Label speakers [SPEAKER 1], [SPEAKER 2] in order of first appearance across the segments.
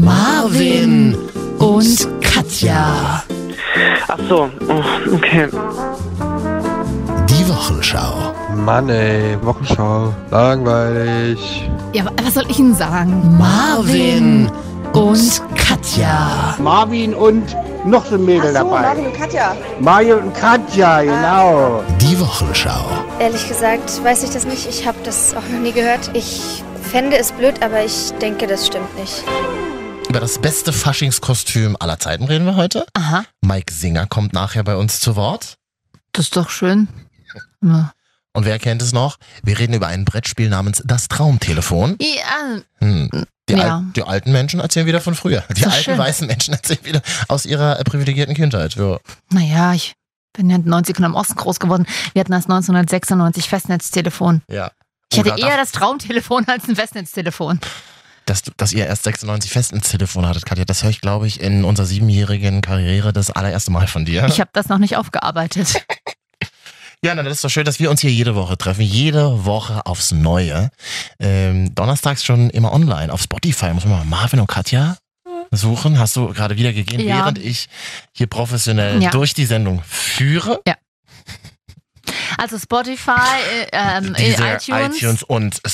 [SPEAKER 1] Marvin und Katja.
[SPEAKER 2] Ach so, oh, okay.
[SPEAKER 1] Die Wochenschau.
[SPEAKER 3] Mann ey, Wochenschau. Langweilig.
[SPEAKER 4] Ja, wa- was soll ich Ihnen sagen?
[SPEAKER 1] Marvin und Katja.
[SPEAKER 5] Marvin und noch so ein Mädel
[SPEAKER 6] Ach so,
[SPEAKER 5] dabei.
[SPEAKER 6] Marvin und Katja. Ah.
[SPEAKER 5] Mario und Katja, genau.
[SPEAKER 1] Die Wochenschau.
[SPEAKER 7] Ehrlich gesagt weiß ich das nicht. Ich habe das auch noch nie gehört. Ich fände es blöd, aber ich denke, das stimmt nicht.
[SPEAKER 8] Über das beste Faschingskostüm aller Zeiten reden wir heute.
[SPEAKER 4] Aha,
[SPEAKER 8] Mike Singer kommt nachher bei uns zu Wort.
[SPEAKER 4] das ist doch schön. Ja,
[SPEAKER 8] Und wer kennt es noch? Wir reden über ein Brettspiel namens Das Traumtelefon.
[SPEAKER 4] ja
[SPEAKER 8] Hm. Die,
[SPEAKER 4] Ja.
[SPEAKER 8] Al die alten Menschen erzählen wieder von früher. Die
[SPEAKER 4] doch
[SPEAKER 8] alten
[SPEAKER 4] schön.
[SPEAKER 8] weißen Menschen erzählen wieder aus ihrer äh, privilegierten Kindheit. Ja.
[SPEAKER 4] naja, ich bin ja in den 90ern im Osten groß geworden. Wir hatten das 1996 Festnetztelefon.
[SPEAKER 8] ja.
[SPEAKER 4] Ich hatte
[SPEAKER 8] Oder
[SPEAKER 4] eher das Traumtelefon als ein Festnetztelefon.
[SPEAKER 8] dass, du- dass ihr erst 96 fest ins Telefon hattet, Katja. Das höre ich, glaube ich, in unserer siebenjährigen Karriere das allererste Mal von dir.
[SPEAKER 4] Ich habe das noch nicht aufgearbeitet.
[SPEAKER 8] Ja, na, das ist doch schön, dass wir uns hier jede Woche treffen. Jede Woche aufs Neue. Ähm, donnerstags schon immer online auf Spotify. Muss man mal Marvin und Katja suchen. Hast du gerade wieder gegeben,
[SPEAKER 4] Mhm. Ja.
[SPEAKER 8] während ich hier professionell
[SPEAKER 4] Ja.
[SPEAKER 8] durch die Sendung führe.
[SPEAKER 4] Also Spotify, äh, ähm,
[SPEAKER 8] Diese
[SPEAKER 4] iTunes.
[SPEAKER 8] und Soundcloud,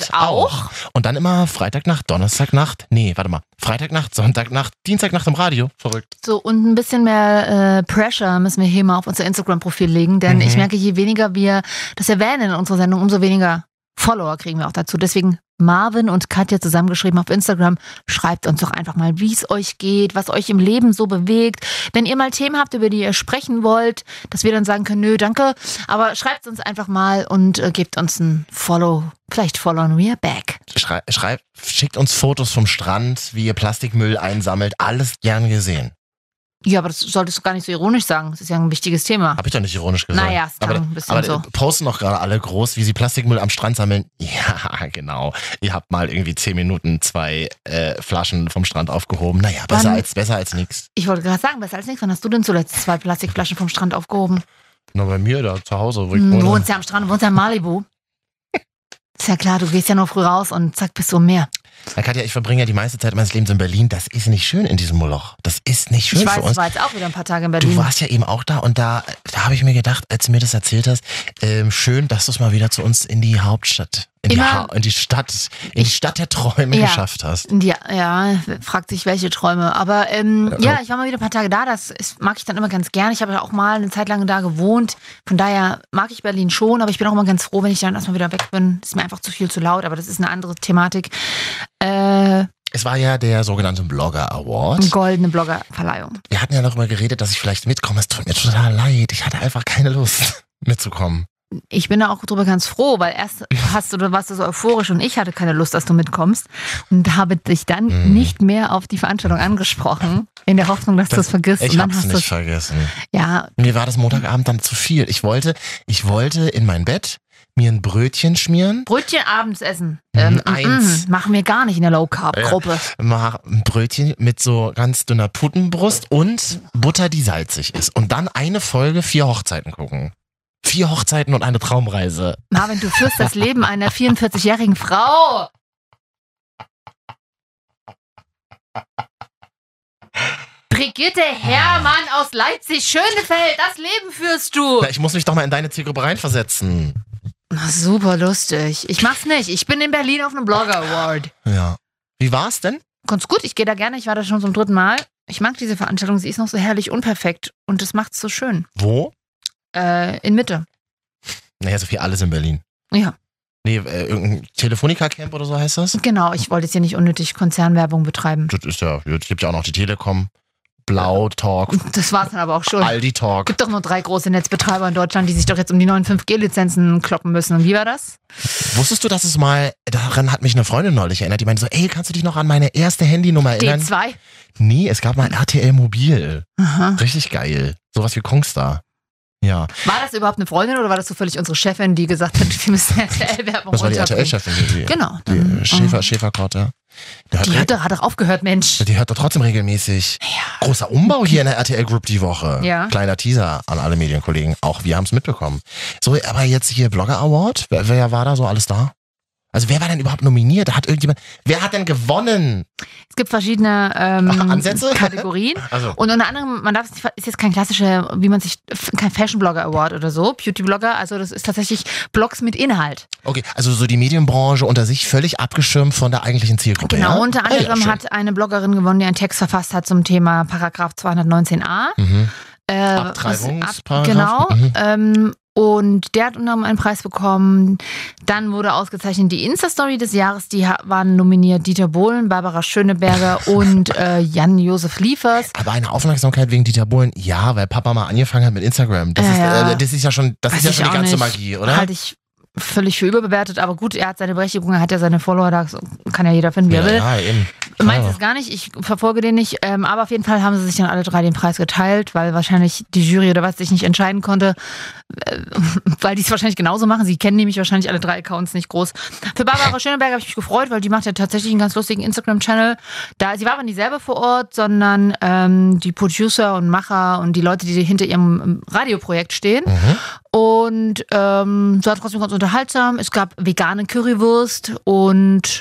[SPEAKER 4] Soundcloud
[SPEAKER 8] auch.
[SPEAKER 4] auch.
[SPEAKER 8] Und dann immer Freitagnacht, Donnerstagnacht. Nee, warte mal. Freitagnacht, Sonntagnacht, Dienstagnacht im Radio. Verrückt.
[SPEAKER 4] So, und ein bisschen mehr äh, Pressure müssen wir hier mal auf unser Instagram-Profil legen, denn
[SPEAKER 8] Mhm.
[SPEAKER 4] ich merke, je weniger wir das erwähnen in unserer Sendung, umso weniger Follower kriegen wir auch dazu. Deswegen Marvin und Katja zusammengeschrieben auf Instagram. Schreibt uns doch einfach mal, wie es euch geht, was euch im Leben so bewegt. Wenn ihr mal Themen habt, über die ihr sprechen wollt, dass wir dann sagen können, nö, danke. Aber schreibt uns einfach mal und äh, gebt uns ein Follow. Vielleicht followen wir back.
[SPEAKER 8] Schrei schreib, schickt uns Fotos vom Strand, wie ihr Plastikmüll einsammelt. Alles gern gesehen.
[SPEAKER 4] Ja, aber das solltest du gar nicht so ironisch sagen. Das ist ja ein wichtiges Thema.
[SPEAKER 8] Habe ich doch nicht ironisch gesagt.
[SPEAKER 4] Naja, es klang
[SPEAKER 8] aber,
[SPEAKER 4] ein bisschen
[SPEAKER 8] aber
[SPEAKER 4] so.
[SPEAKER 8] posten doch gerade alle groß, wie sie Plastikmüll am Strand sammeln. Ja, genau. Ihr habt mal irgendwie zehn Minuten zwei äh, Flaschen vom Strand aufgehoben. Naja, besser
[SPEAKER 4] Wann-
[SPEAKER 8] als besser als nichts.
[SPEAKER 4] Ich wollte gerade sagen, besser als nichts. Wann hast du denn zuletzt zwei Plastikflaschen vom Strand aufgehoben?
[SPEAKER 8] Na, bei mir da zu Hause, wo ich
[SPEAKER 4] Hm, Du
[SPEAKER 8] wohne.
[SPEAKER 4] wohnst ja am Strand, du wohnst ja in Malibu. Ist ja klar, du gehst ja nur früh raus und zack, bist du im Meer.
[SPEAKER 8] Na, Katja, ich verbringe ja die meiste Zeit meines Lebens in Berlin. Das ist nicht schön in diesem Moloch. Das ist nicht schön
[SPEAKER 4] ich
[SPEAKER 8] für
[SPEAKER 4] weiß,
[SPEAKER 8] uns.
[SPEAKER 4] ich war jetzt auch wieder ein paar Tage in
[SPEAKER 8] Du
[SPEAKER 4] Berlin.
[SPEAKER 8] warst ja eben auch da und da, da habe ich mir gedacht, als du mir das erzählt hast, ähm, schön, dass du es mal wieder zu uns in die Hauptstadt, in, die,
[SPEAKER 4] Immer-
[SPEAKER 8] ha in die Stadt, in die
[SPEAKER 4] Ich-
[SPEAKER 8] Stadt der Träume
[SPEAKER 4] Ja.
[SPEAKER 8] geschafft hast.
[SPEAKER 4] ja, ja, fragt sich welche Träume. Aber ähm, ja, ich war mal wieder ein paar Tage da. Das ist, mag ich dann immer ganz gern. Ich habe ja auch mal eine Zeit lang da gewohnt. Von daher mag ich Berlin schon, aber ich bin auch immer ganz froh, wenn ich dann erstmal wieder weg bin. Ist mir einfach zu viel zu laut, aber das ist eine andere Thematik. Äh,
[SPEAKER 8] Es war ja der sogenannte Blogger Award.
[SPEAKER 4] goldene Bloggerverleihung.
[SPEAKER 8] Wir hatten ja darüber geredet, dass ich vielleicht mitkomme. Es tut mir total leid. Ich hatte einfach keine Lust mitzukommen.
[SPEAKER 4] ich bin da auch drüber ganz froh, weil erst hast du, warst du so euphorisch und ich hatte keine Lust, dass du mitkommst und habe dich dann
[SPEAKER 8] Mhm.
[SPEAKER 4] nicht mehr auf die Veranstaltung angesprochen, in der Hoffnung, dass du es vergisst.
[SPEAKER 8] Ich
[SPEAKER 4] und dann
[SPEAKER 8] hab's
[SPEAKER 4] hast
[SPEAKER 8] nicht
[SPEAKER 4] du's-
[SPEAKER 8] vergessen.
[SPEAKER 4] ja,
[SPEAKER 8] Mir war das Montagabend dann zu viel. Ich wollte, ich wollte in mein Bett mir ein Brötchen schmieren,
[SPEAKER 4] Brötchen abends essen.
[SPEAKER 8] Mhm,
[SPEAKER 4] Ähm,
[SPEAKER 8] eins.
[SPEAKER 4] mm, mm, machen wir gar nicht in der Low Carb Gruppe.
[SPEAKER 8] mach ein Brötchen mit so ganz dünner Putenbrust und Butter, die salzig ist. Und dann eine Folge vier Hochzeiten gucken. Vier Hochzeiten und eine Traumreise.
[SPEAKER 4] Marvin, du führst das Leben einer 44-jährigen Frau. Brigitte Hermann aus Leipzig-Schönefeld, das Leben führst du.
[SPEAKER 8] Na, ich muss mich doch mal in deine Zielgruppe reinversetzen.
[SPEAKER 4] Na, super lustig. Ich mach's nicht. Ich bin in Berlin auf einem Blogger Award.
[SPEAKER 8] Ja. Wie war's denn?
[SPEAKER 4] Ganz gut, ich gehe da gerne. Ich war da schon zum dritten Mal. Ich mag diese Veranstaltung. Sie ist noch so herrlich unperfekt und das macht's so schön.
[SPEAKER 8] Wo?
[SPEAKER 4] Äh, in Mitte.
[SPEAKER 8] Naja, so viel alles in Berlin.
[SPEAKER 4] Ja.
[SPEAKER 8] Nee, äh, irgendein Telefonica-Camp oder so heißt das?
[SPEAKER 4] Genau, ich wollte jetzt hier nicht unnötig Konzernwerbung betreiben.
[SPEAKER 8] Das ist ja, es gibt ja auch noch die Telekom, Blau Talk,
[SPEAKER 4] Das war's dann aber auch schon.
[SPEAKER 8] Aldi Talk.
[SPEAKER 4] Gibt doch nur drei große Netzbetreiber in Deutschland, die sich doch jetzt um die neuen 5G-Lizenzen kloppen müssen. Und wie war das?
[SPEAKER 8] Wusstest du, dass es mal, daran hat mich eine Freundin neulich erinnert, die meinte so, ey, kannst du dich noch an meine erste Handynummer erinnern?
[SPEAKER 4] D2?
[SPEAKER 8] Nee, es gab mal RTL Mobil.
[SPEAKER 4] Aha.
[SPEAKER 8] Richtig geil. Sowas wie Kongstar. Ja,
[SPEAKER 4] War das überhaupt eine Freundin oder war das zufällig unsere Chefin, die gesagt hat, wir müssen RTL-Werbung
[SPEAKER 8] das war die
[SPEAKER 4] runterbringen?
[SPEAKER 8] RTL-Chefin. Die,
[SPEAKER 4] Genau.
[SPEAKER 8] die äh,
[SPEAKER 4] dann- oh.
[SPEAKER 8] Schäfer, Schäferkorte. Die hört,
[SPEAKER 4] Die hat
[SPEAKER 8] re-
[SPEAKER 4] doch, hat doch aufgehört, Mensch.
[SPEAKER 8] die hört doch trotzdem regelmäßig. Großer Umbau hier in der RTL Group die Woche.
[SPEAKER 4] Ja.
[SPEAKER 8] Kleiner Teaser an alle Medienkollegen. Auch wir haben es mitbekommen. So, aber jetzt hier Blogger Award. Wer, wer war da so alles da? Also wer war denn überhaupt nominiert? Hat irgendjemand? Wer hat denn gewonnen?
[SPEAKER 4] Es gibt verschiedene ähm,
[SPEAKER 8] Ansätze?
[SPEAKER 4] Kategorien.
[SPEAKER 8] Also,
[SPEAKER 4] Und unter anderem, man darf es nicht, ver- ist jetzt kein klassischer, wie man sich, kein Fashion Blogger Award oder so, Beauty Blogger, also das ist tatsächlich Blogs mit Inhalt.
[SPEAKER 8] okay, also so die Medienbranche unter sich völlig abgeschirmt von der eigentlichen Zielgruppe.
[SPEAKER 4] Genau,
[SPEAKER 8] ja?
[SPEAKER 4] unter
[SPEAKER 8] Ah ja,
[SPEAKER 4] anderem
[SPEAKER 8] schön.
[SPEAKER 4] hat eine Bloggerin gewonnen, die einen Text verfasst hat zum Thema Paragraph 219a.
[SPEAKER 8] Mhm.
[SPEAKER 4] Äh,
[SPEAKER 8] Abtreibungsparagraph.
[SPEAKER 4] Genau.
[SPEAKER 8] Mhm.
[SPEAKER 4] Ähm, und der hat unter anderem einen Preis bekommen. Dann wurde ausgezeichnet die Insta-Story des Jahres. Die ha- waren nominiert Dieter Bohlen, Barbara Schöneberger und äh, Jan-Josef Liefers.
[SPEAKER 8] Aber eine Aufmerksamkeit wegen Dieter Bohlen, ja, weil Papa mal angefangen hat mit Instagram. Das,
[SPEAKER 4] Äh,
[SPEAKER 8] ist,
[SPEAKER 4] ja.
[SPEAKER 8] äh, das ist ja schon, das
[SPEAKER 4] Weiß
[SPEAKER 8] ist ja
[SPEAKER 4] ich
[SPEAKER 8] schon die
[SPEAKER 4] auch
[SPEAKER 8] ganze
[SPEAKER 4] nicht. Halt
[SPEAKER 8] Magie, oder?
[SPEAKER 4] Halte ich völlig für überbewertet, aber gut, er hat seine Berechtigung, er hat ja seine Follower, da kann ja jeder finden, wie
[SPEAKER 8] ja,
[SPEAKER 4] er will.
[SPEAKER 8] ja, eben.
[SPEAKER 4] Meins
[SPEAKER 8] Klar.
[SPEAKER 4] es gar nicht, ich verfolge den nicht, ähm, aber auf jeden Fall haben sie sich dann alle drei den Preis geteilt, weil wahrscheinlich die Jury oder was sich nicht entscheiden konnte, äh, weil die es wahrscheinlich genauso machen. Sie kennen nämlich wahrscheinlich alle drei Accounts nicht groß. Für Barbara Schöneberger habe ich mich gefreut, weil die macht ja tatsächlich einen ganz lustigen Instagram-Channel. Da Sie war aber nicht selber vor Ort, sondern ähm, die Producer und Macher und die Leute, die hinter ihrem ähm, Radioprojekt
[SPEAKER 8] Mhm.
[SPEAKER 4] stehen. Und ähm, es war trotzdem ganz unterhaltsam. Es gab vegane Currywurst und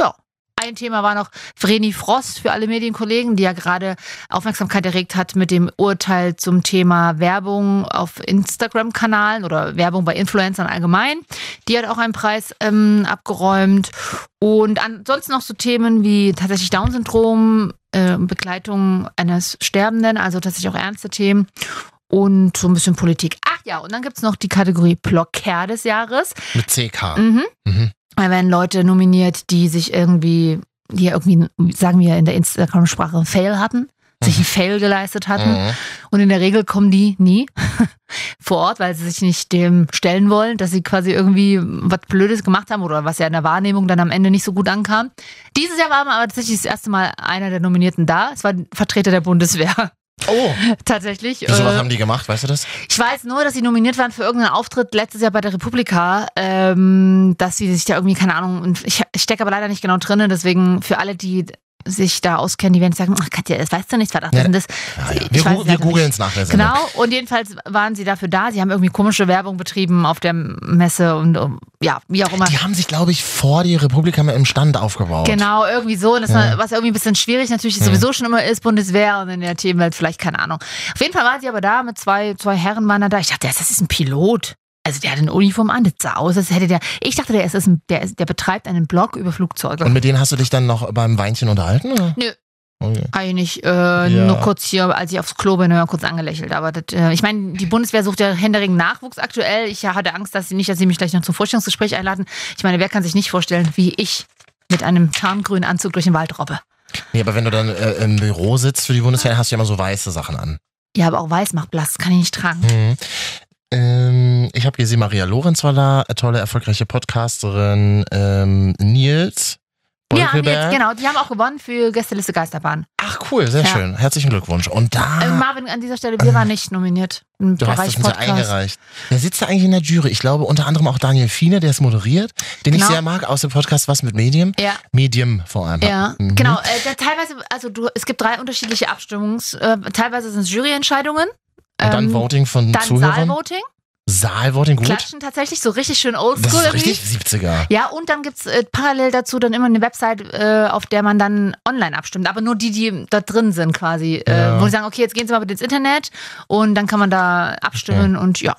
[SPEAKER 4] ja. Ein Thema war noch Vreni Frost für alle Medienkollegen, die ja gerade Aufmerksamkeit erregt hat mit dem Urteil zum Thema Werbung auf Instagram-Kanalen oder Werbung bei Influencern allgemein. Die hat auch einen Preis ähm, abgeräumt. Und ansonsten noch so Themen wie tatsächlich Down-Syndrom, äh, Begleitung eines Sterbenden, also tatsächlich auch ernste Themen. Und so ein bisschen Politik. Ach ja, und dann gibt's noch die Kategorie Blocker des Jahres.
[SPEAKER 8] Mit CK.
[SPEAKER 4] Mhm.
[SPEAKER 8] Mhm.
[SPEAKER 4] Da werden Leute nominiert, die sich irgendwie, die ja irgendwie, sagen wir in der Instagram-Sprache, einen Fail hatten, sich einen Fail geleistet hatten.
[SPEAKER 8] Mhm.
[SPEAKER 4] Und in der Regel kommen die nie vor Ort, weil sie sich nicht dem stellen wollen, dass sie quasi irgendwie was Blödes gemacht haben oder was ja in der Wahrnehmung dann am Ende nicht so gut ankam. Dieses Jahr war aber tatsächlich das erste Mal einer der Nominierten da. Es war ein Vertreter der Bundeswehr.
[SPEAKER 8] Oh,
[SPEAKER 4] Tatsächlich.
[SPEAKER 8] wieso was
[SPEAKER 4] äh,
[SPEAKER 8] haben die gemacht, weißt du das?
[SPEAKER 4] ich weiß nur, dass sie nominiert waren für irgendeinen Auftritt letztes Jahr bei der Republika, ähm, dass sie sich da irgendwie, keine Ahnung, und ich, ich stecke aber leider nicht genau drin, deswegen für alle, die sich da auskennen, die werden sagen, ach Katja, das weißt du nicht, was das
[SPEAKER 8] Ja,
[SPEAKER 4] denn das?
[SPEAKER 8] Ja, ja.
[SPEAKER 4] Ich
[SPEAKER 8] Wir,
[SPEAKER 4] weiß
[SPEAKER 8] gu-
[SPEAKER 4] es
[SPEAKER 8] wir
[SPEAKER 4] leider
[SPEAKER 8] googeln
[SPEAKER 4] nicht.
[SPEAKER 8] es nachher.
[SPEAKER 4] Genau, und jedenfalls waren sie dafür da. Sie haben irgendwie komische Werbung betrieben auf der Messe und um, ja, wie auch immer.
[SPEAKER 8] Die haben sich, glaube ich, vor die Republika mit im Stand aufgebaut.
[SPEAKER 4] Genau, irgendwie so. Und das war, was irgendwie ein bisschen schwierig natürlich sowieso schon immer ist, Bundeswehr und in der Themenwelt vielleicht, keine Ahnung. Auf jeden Fall war sie aber da mit zwei, zwei Herren waren da da. Ich dachte, das ist ein Pilot. Also der hat eine Uniform an, das sah aus, als hätte der. Ich dachte, der ist, ist ein, der, ist, der betreibt einen Blog über Flugzeuge.
[SPEAKER 8] Und mit denen hast du dich dann noch beim Weinchen unterhalten? Oder?
[SPEAKER 4] Nö.
[SPEAKER 8] Okay.
[SPEAKER 4] Eigentlich äh,
[SPEAKER 8] Ja.
[SPEAKER 4] nur kurz hier, als ich aufs Klo bin, nur kurz angelächelt. Aber das, äh, ich meine, die Bundeswehr sucht ja händeringend Nachwuchs aktuell. Ich hatte Angst, dass sie nicht, dass sie mich gleich noch zum Vorstellungsgespräch einladen. Ich meine, wer kann sich nicht vorstellen, wie ich mit einem tarngrünen Anzug durch den Wald robbe?
[SPEAKER 8] Nee, aber wenn du dann äh, im Büro sitzt für die Bundeswehr, hast du ja immer so weiße Sachen an.
[SPEAKER 4] Ja, aber auch weiß macht blass, kann ich nicht tragen.
[SPEAKER 8] Mhm. Ähm, ich habe gesehen, Maria Lorenz war da, eine tolle, erfolgreiche Podcasterin. Ähm, Nils.
[SPEAKER 4] Ja, und
[SPEAKER 8] Bolkelberg.
[SPEAKER 4] jetzt, genau. Die haben auch gewonnen für Gästeliste Geisterbahn.
[SPEAKER 8] Ach cool, sehr
[SPEAKER 4] Ja.
[SPEAKER 8] schön. Herzlichen Glückwunsch. Und da,
[SPEAKER 4] Äh, Marvin, an dieser Stelle, wir waren nicht nominiert im
[SPEAKER 8] Ah. du hast
[SPEAKER 4] Bereich
[SPEAKER 8] das uns ja
[SPEAKER 4] Podcast.
[SPEAKER 8] eingereicht. Wer sitzt da eigentlich in der Jury? Ich glaube unter anderem auch Daniel Fiene, der es moderiert, den ich
[SPEAKER 4] Genau.
[SPEAKER 8] sehr mag aus dem Podcast Was mit Medium.
[SPEAKER 4] Ja,
[SPEAKER 8] Medium vor allem.
[SPEAKER 4] ja.
[SPEAKER 8] Mhm.
[SPEAKER 4] Genau. Äh, da teilweise, also du, es gibt drei unterschiedliche Abstimmungs-, äh, teilweise sind es Juryentscheidungen.
[SPEAKER 8] Und dann
[SPEAKER 4] Ähm,
[SPEAKER 8] Voting von
[SPEAKER 4] Dann
[SPEAKER 8] Zuhörern.
[SPEAKER 4] Saalvoting,
[SPEAKER 8] Saalvoting, gut.
[SPEAKER 4] klatschen tatsächlich so richtig schön oldschool
[SPEAKER 8] Das ist
[SPEAKER 4] irgendwie.
[SPEAKER 8] richtig 70er.
[SPEAKER 4] Ja, und dann gibt's äh, parallel dazu dann immer eine Website, äh, auf der man dann online abstimmt. Aber nur die, die da drin sind quasi.
[SPEAKER 8] Ja.
[SPEAKER 4] Äh, wo die sagen, okay, jetzt gehen Sie mal bitte ins Internet und dann kann man da abstimmen und ja.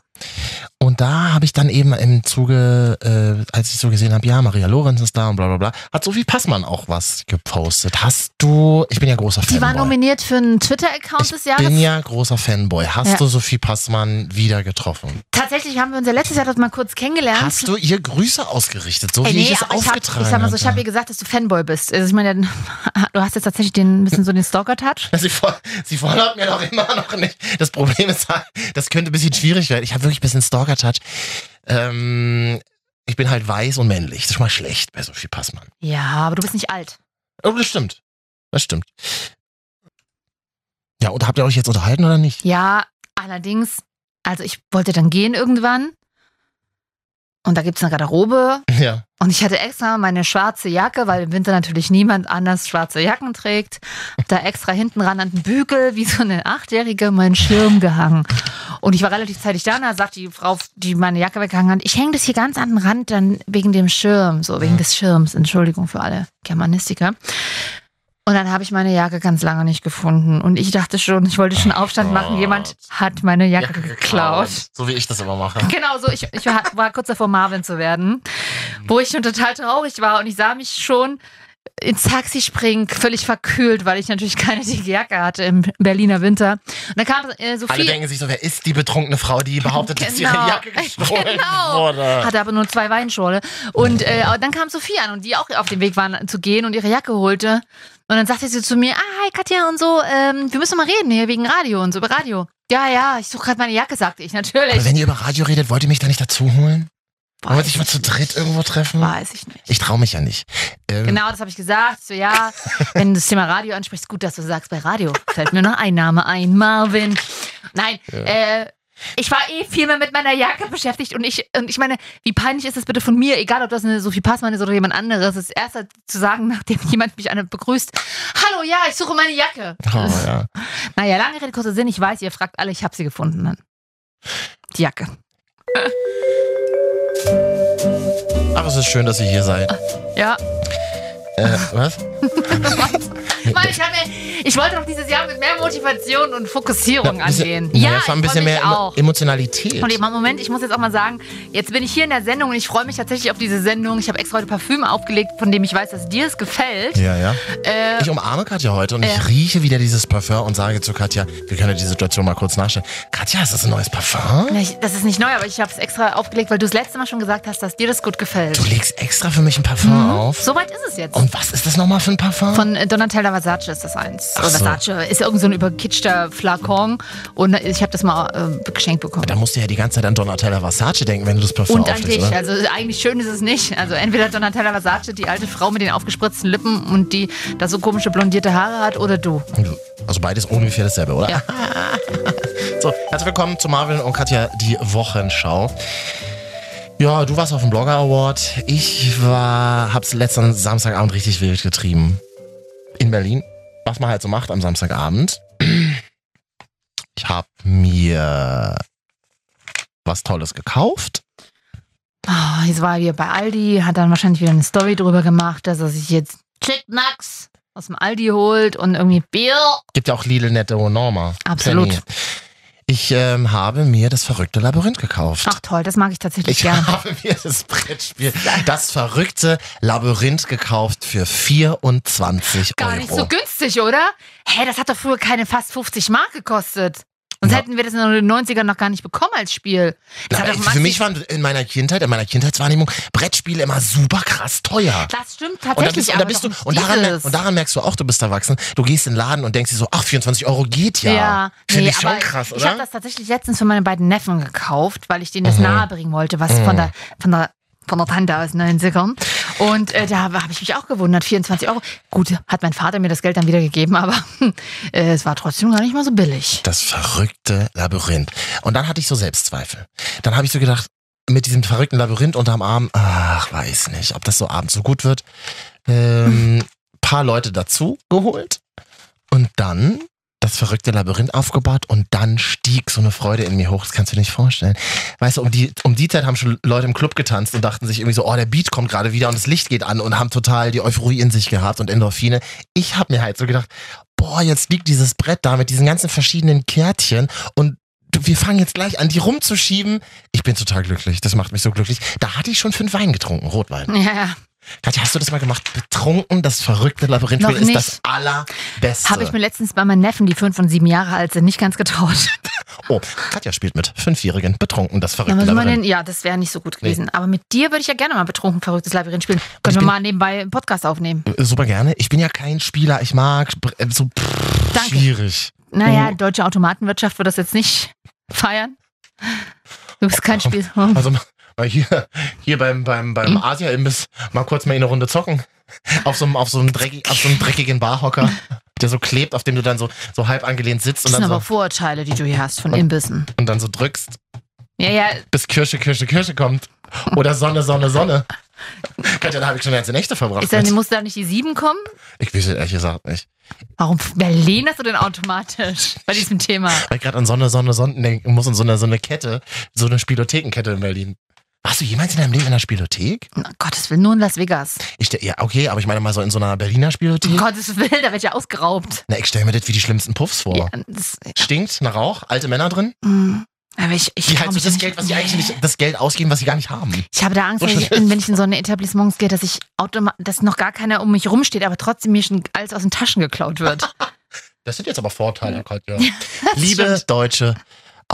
[SPEAKER 8] Und da habe ich dann eben im Zuge, äh, als ich so gesehen habe, ja, Maria Lorenz ist da und bla bla bla, hat Sophie Passmann auch was gepostet. Hast du, ich bin ja großer
[SPEAKER 4] Die war
[SPEAKER 8] Fanboy.
[SPEAKER 4] nominiert für einen Twitter-Account des
[SPEAKER 8] ich
[SPEAKER 4] Jahres.
[SPEAKER 8] bin ja großer Fanboy. Hast
[SPEAKER 4] Ja.
[SPEAKER 8] du Sophie Passmann wieder getroffen?
[SPEAKER 4] Tatsächlich haben wir uns ja letztes Jahr dort mal kurz kennengelernt.
[SPEAKER 8] Hast du ihr Grüße ausgerichtet, so wie
[SPEAKER 4] Ey, Äh, nee,
[SPEAKER 8] ich es
[SPEAKER 4] aber ich, hab, ich
[SPEAKER 8] aufgetragen
[SPEAKER 4] sag mal so, ich habe ihr gesagt, dass du Fanboy bist. Also ich meine, du hast jetzt tatsächlich den ein bisschen so den Stalker-Touch.
[SPEAKER 8] Sie, fol- sie folgt mir doch immer noch nicht. Das Problem ist, halt, das könnte ein bisschen schwierig werden. Ich habe wirklich ein bisschen Stalker-Touch. Ähm, ich bin halt weiß und männlich. Das ist schon mal schlecht bei Sophie Passmann.
[SPEAKER 4] Ja, aber du bist nicht alt.
[SPEAKER 8] Oh, das stimmt. Das stimmt. Ja, und habt ihr euch jetzt unterhalten oder nicht?
[SPEAKER 4] Ja, allerdings, also ich wollte dann gehen irgendwann. Und da gibt's eine Garderobe.
[SPEAKER 8] Ja.
[SPEAKER 4] Und ich hatte extra meine schwarze Jacke, weil im Winter natürlich niemand anders schwarze Jacken trägt. Hab Da extra hinten ran an den Bügel, wie so eine Achtjährige, meinen Schirm gehangen. Und ich war relativ zeitig da, und da sagt die Frau, die meine Jacke weggehangen hat, ich hänge das hier ganz an den Rand, dann wegen dem Schirm, so wegen des Schirms. Entschuldigung für alle Germanistiker. Und dann habe ich meine Jacke ganz lange nicht gefunden. Und ich dachte schon, ich wollte schon Aufstand machen.
[SPEAKER 8] Gott.
[SPEAKER 4] Jemand hat meine Jacke, geklaut.
[SPEAKER 8] So wie ich das immer mache.
[SPEAKER 4] Genau so, ich, ich war, war kurz davor, Marvin zu werden, wo ich schon total traurig war und ich sah mich schon ins Taxi springen, völlig verkühlt, weil ich natürlich keine dicke Jacke hatte im Berliner Winter. Und dann kam äh,
[SPEAKER 8] Alle
[SPEAKER 4] Sophie,
[SPEAKER 8] denken sich so, wer ist die betrunkene Frau, die behauptet, dass ihre
[SPEAKER 4] Genau.
[SPEAKER 8] Jacke gestohlen
[SPEAKER 4] Genau.
[SPEAKER 8] wurde?
[SPEAKER 4] hatte aber nur zwei Weinschorle. Und äh, dann kam Sophie an und die auch auf dem Weg waren zu gehen und ihre Jacke holte. Und dann sagte sie zu mir, ah, hi Katja und so, ähm, wir müssen mal reden hier wegen Radio und so, über Radio. Ja, ja, ich suche gerade meine Jacke, sagte ich
[SPEAKER 8] Aber
[SPEAKER 4] natürlich.
[SPEAKER 8] wenn ihr über Radio redet, wollt ihr mich da nicht dazu holen? Wollen wir
[SPEAKER 4] Weiß
[SPEAKER 8] sich mal
[SPEAKER 4] ich
[SPEAKER 8] zu dritt
[SPEAKER 4] nicht.
[SPEAKER 8] irgendwo treffen?
[SPEAKER 4] Weiß ich nicht.
[SPEAKER 8] Ich traue mich ja nicht. Ähm,
[SPEAKER 4] Genau, das habe ich gesagt. So, ja, wenn du das Thema Radio ansprichst, gut, dass du sagst, bei Radio fällt mir noch ein Name ein, Marvin. Nein, äh, ich war eh viel mehr mit meiner Jacke beschäftigt und ich, und ich meine, wie peinlich ist das bitte von mir, egal ob das eine Sophie Passmann ist oder jemand anderes, das erste zu sagen, nachdem jemand mich eine begrüßt, hallo, ja, ich suche meine Jacke.
[SPEAKER 8] Oh, ja.
[SPEAKER 4] Naja, lange Rede, kurzer Sinn, ich weiß, ihr fragt alle, ich habe sie gefunden. Dann. Die Jacke.
[SPEAKER 8] Aber es ist schön, dass ihr hier seid.
[SPEAKER 4] Ja,
[SPEAKER 8] Äh, was?
[SPEAKER 4] Mann, ich, hab mir, ich wollte doch dieses Jahr mit mehr Motivation und Fokussierung
[SPEAKER 8] Na,
[SPEAKER 4] angehen.
[SPEAKER 8] na,
[SPEAKER 4] ja,
[SPEAKER 8] das war ein
[SPEAKER 4] ich
[SPEAKER 8] bisschen
[SPEAKER 4] freu mich
[SPEAKER 8] mehr Emo-
[SPEAKER 4] auch.
[SPEAKER 8] Emotionalität.
[SPEAKER 4] Und eben, Moment, ich muss jetzt auch mal sagen, jetzt bin ich hier in der Sendung und ich freue mich tatsächlich auf diese Sendung. Ich habe extra heute Parfüm aufgelegt, von dem ich weiß, dass dir es gefällt.
[SPEAKER 8] Ja, ja.
[SPEAKER 4] Äh,
[SPEAKER 8] Ich umarme Katja heute und
[SPEAKER 4] Ja.
[SPEAKER 8] ich rieche wieder dieses Parfum und sage zu Katja, wir können ja die Situation mal kurz nachstellen. Katja, ist das ein neues Parfum?
[SPEAKER 4] ich, das ist nicht neu, aber ich habe es extra aufgelegt, weil du das letzte Mal schon gesagt hast, dass dir das gut gefällt.
[SPEAKER 8] Du legst extra für mich ein
[SPEAKER 4] Mhm.
[SPEAKER 8] Parfum auf.
[SPEAKER 4] Soweit ist es jetzt.
[SPEAKER 8] Und was ist das nochmal für ein Parfum?
[SPEAKER 4] Von äh, Donatella Versace ist das eins.
[SPEAKER 8] Ach so.
[SPEAKER 4] Versace ist irgend so ein überkitschter Flakon und ich habe das mal äh, geschenkt bekommen.
[SPEAKER 8] da musst du ja die ganze Zeit an Donatella Versace denken, wenn du das Parfum
[SPEAKER 4] Und an
[SPEAKER 8] auflegst,
[SPEAKER 4] dich.
[SPEAKER 8] oder?
[SPEAKER 4] Also eigentlich schön ist es nicht. Also entweder Donatella Versace, die alte Frau mit den aufgespritzten Lippen und die da so komische blondierte Haare hat, oder du.
[SPEAKER 8] Also beides ungefähr dasselbe, oder?
[SPEAKER 4] Ja.
[SPEAKER 8] so, herzlich willkommen zu Marvin und Katja, die Wochenschau. Ja, du warst auf dem Blogger Award. Ich war, hab's letzten Samstagabend richtig wild getrieben. In Berlin. Was man halt so macht am Samstagabend. Ich hab mir was Tolles gekauft.
[SPEAKER 4] Ah, jetzt war er wieder bei Aldi, hat dann wahrscheinlich wieder eine Story drüber gemacht, dass er sich jetzt Chicknacks aus dem Aldi holt und irgendwie Bier.
[SPEAKER 8] Gibt ja auch Lidl Netto und Norma.
[SPEAKER 4] Absolut.
[SPEAKER 8] Penny. Ich ähm, habe mir das verrückte Labyrinth gekauft.
[SPEAKER 4] Ach toll, das mag ich tatsächlich
[SPEAKER 8] Ich
[SPEAKER 4] gerne.
[SPEAKER 8] habe mir das Brettspiel, das verrückte Labyrinth gekauft für 24
[SPEAKER 4] Gar
[SPEAKER 8] Euro.
[SPEAKER 4] nicht so günstig, oder? Hä, das hat doch früher keine fast 50 Mark gekostet. Sonst
[SPEAKER 8] Ja.
[SPEAKER 4] hätten wir das in den 90ern noch gar nicht bekommen als Spiel. Das
[SPEAKER 8] Na,
[SPEAKER 4] hat doch
[SPEAKER 8] für
[SPEAKER 4] massig-
[SPEAKER 8] mich waren in meiner Kindheit, in meiner Kindheitswahrnehmung Brettspiele immer super krass teuer.
[SPEAKER 4] das stimmt
[SPEAKER 8] Und da
[SPEAKER 4] tatsächlich.
[SPEAKER 8] bist, und da
[SPEAKER 4] aber
[SPEAKER 8] bist
[SPEAKER 4] doch
[SPEAKER 8] du,
[SPEAKER 4] nicht
[SPEAKER 8] und daran, mer-
[SPEAKER 4] dieses.
[SPEAKER 8] und daran merkst du auch, du bist erwachsen. Du gehst in den Laden und denkst dir so, ach, 24 Euro geht ja. Finde
[SPEAKER 4] nee,
[SPEAKER 8] ich schon
[SPEAKER 4] aber
[SPEAKER 8] krass,
[SPEAKER 4] Ich habe
[SPEAKER 8] oder?
[SPEAKER 4] das tatsächlich letztens für meine beiden Neffen gekauft, weil ich denen das
[SPEAKER 8] Mhm.
[SPEAKER 4] nahe bringen wollte, was
[SPEAKER 8] Mhm.
[SPEAKER 4] von der von der von der Tante aus 90ern. Und äh, da habe ich mich auch gewundert, 24 Euro. Gut, hat mein Vater mir das Geld dann wieder gegeben, aber äh, es war trotzdem gar nicht mal so billig.
[SPEAKER 8] Das verrückte Labyrinth. Und dann hatte ich so Selbstzweifel. Dann habe ich so gedacht, mit diesem verrückten Labyrinth unterm Arm, ach, weiß nicht, ob das so abends so gut wird. Ähm, paar Leute dazu geholt und dann das verrückte Labyrinth aufgebaut und dann stieg so eine Freude in mir hoch. Das kannst du dir nicht vorstellen. Weißt du, um die, um die Zeit haben schon Leute im Club getanzt und dachten sich irgendwie so, oh, der Beat kommt gerade wieder und das Licht geht an und haben total die Euphorie in sich gehabt und Endorphine. Ich habe mir halt so gedacht, boah, jetzt liegt dieses Brett da mit diesen ganzen verschiedenen Kärtchen und du- wir fangen jetzt gleich an, die rumzuschieben. Ich bin total glücklich. Das macht mich so glücklich. Da hatte ich schon fünf Wein getrunken, Rotwein.
[SPEAKER 4] Ja, ja.
[SPEAKER 8] Katja, hast du das mal gemacht? Betrunken, das verrückte Labyrinth
[SPEAKER 4] Noch
[SPEAKER 8] ist
[SPEAKER 4] nicht.
[SPEAKER 8] das allerbeste.
[SPEAKER 4] Habe ich mir letztens bei meinen Neffen, die fünf und sieben Jahre alt sind, nicht ganz getraut.
[SPEAKER 8] oh, Katja spielt mit Fünfjährigen. Betrunken, das
[SPEAKER 4] Dann
[SPEAKER 8] verrückte
[SPEAKER 4] müssen wir
[SPEAKER 8] Labyrinth.
[SPEAKER 4] den, ja, das wäre nicht so gut
[SPEAKER 8] Nee.
[SPEAKER 4] gewesen. Aber mit dir würde ich ja gerne mal betrunken verrücktes Labyrinth spielen. Können wir
[SPEAKER 8] bin-
[SPEAKER 4] mal nebenbei einen Podcast aufnehmen.
[SPEAKER 8] Äh, Super gerne. Ich bin ja kein Spieler. Ich mag br- äh, so pff,
[SPEAKER 4] Danke.
[SPEAKER 8] schwierig.
[SPEAKER 4] Naja,
[SPEAKER 8] Mhm.
[SPEAKER 4] deutsche Automatenwirtschaft wird das jetzt nicht feiern. Du bist kein Spiel. Hm.
[SPEAKER 8] Also mal hier, hier beim, beim, beim Asia-Imbiss mal kurz mal in eine Runde zocken. Auf so einem, auf so einem, dreckig, auf so einem dreckigen Barhocker, der so klebt, auf dem du dann so, so halb angelehnt sitzt
[SPEAKER 4] Das
[SPEAKER 8] und
[SPEAKER 4] sind
[SPEAKER 8] dann,
[SPEAKER 4] aber
[SPEAKER 8] so,
[SPEAKER 4] Vorurteile, die du hier hast von Imbissen.
[SPEAKER 8] und dann so drückst,
[SPEAKER 4] Ja, ja,
[SPEAKER 8] bis Kirsche, Kirsche, Kirsche kommt. Oder Sonne, Sonne, Sonne. Katja, da habe ich schon eine ganze Nächte verbracht.
[SPEAKER 4] ist dann,
[SPEAKER 8] mit.
[SPEAKER 4] muss da nicht die sieben kommen?
[SPEAKER 8] Ich weiß es ehrlich gesagt nicht.
[SPEAKER 4] Warum berlinerst du denn automatisch bei diesem Thema?
[SPEAKER 8] Weil ich gerade an Sonne, Sonne, Sonnen denken muss und so eine, so eine Kette, so eine Spielothekenkette in Berlin. Warst du jemals in deinem Leben in einer Spielothek?
[SPEAKER 4] Na, Gottes Willen, nur in Las Vegas.
[SPEAKER 8] Ich, ste- ja, okay, aber ich meine mal so in so einer Berliner Spielothek.
[SPEAKER 4] Um Gottes Willen, da werd ich ja ausgeraubt.
[SPEAKER 8] Na, ich stelle mir das wie die schlimmsten Puffs vor.
[SPEAKER 4] Ja, das,
[SPEAKER 8] Stinkt nach Rauch, alte Männer drin,
[SPEAKER 4] mm, aber ich, ich
[SPEAKER 8] die
[SPEAKER 4] trau
[SPEAKER 8] halt so
[SPEAKER 4] mich
[SPEAKER 8] das
[SPEAKER 4] nicht-
[SPEAKER 8] Geld, was sie eigentlich nicht, das Geld ausgeben, was sie gar nicht haben.
[SPEAKER 4] Ich habe da Angst,
[SPEAKER 8] So
[SPEAKER 4] wenn ich,
[SPEAKER 8] schlimm.
[SPEAKER 4] wenn ich in so eine Etablissements gehe, dass ich automa- dass noch gar keiner um mich rumsteht, aber trotzdem mir schon alles aus den Taschen geklaut wird.
[SPEAKER 8] Das sind jetzt aber Vorteile, Katja.
[SPEAKER 4] Das
[SPEAKER 8] Liebe
[SPEAKER 4] stimmt.
[SPEAKER 8] deutsche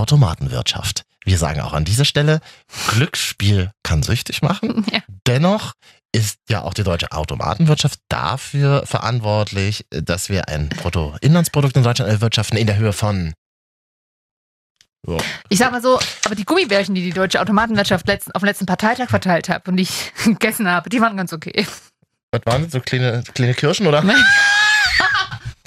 [SPEAKER 8] Automatenwirtschaft. Wir sagen auch an dieser Stelle, Glücksspiel kann süchtig machen.
[SPEAKER 4] Ja.
[SPEAKER 8] Dennoch ist ja auch die deutsche Automatenwirtschaft dafür verantwortlich, dass wir ein Bruttoinlandsprodukt in Deutschland erwirtschaften in der Höhe von. So.
[SPEAKER 4] Ich sag mal so, aber die Gummibärchen, die die deutsche Automatenwirtschaft letzten, auf dem letzten Parteitag verteilt hat und die ich gegessen habe, die waren ganz okay.
[SPEAKER 8] Was waren das? So kleine, kleine Kirschen, oder?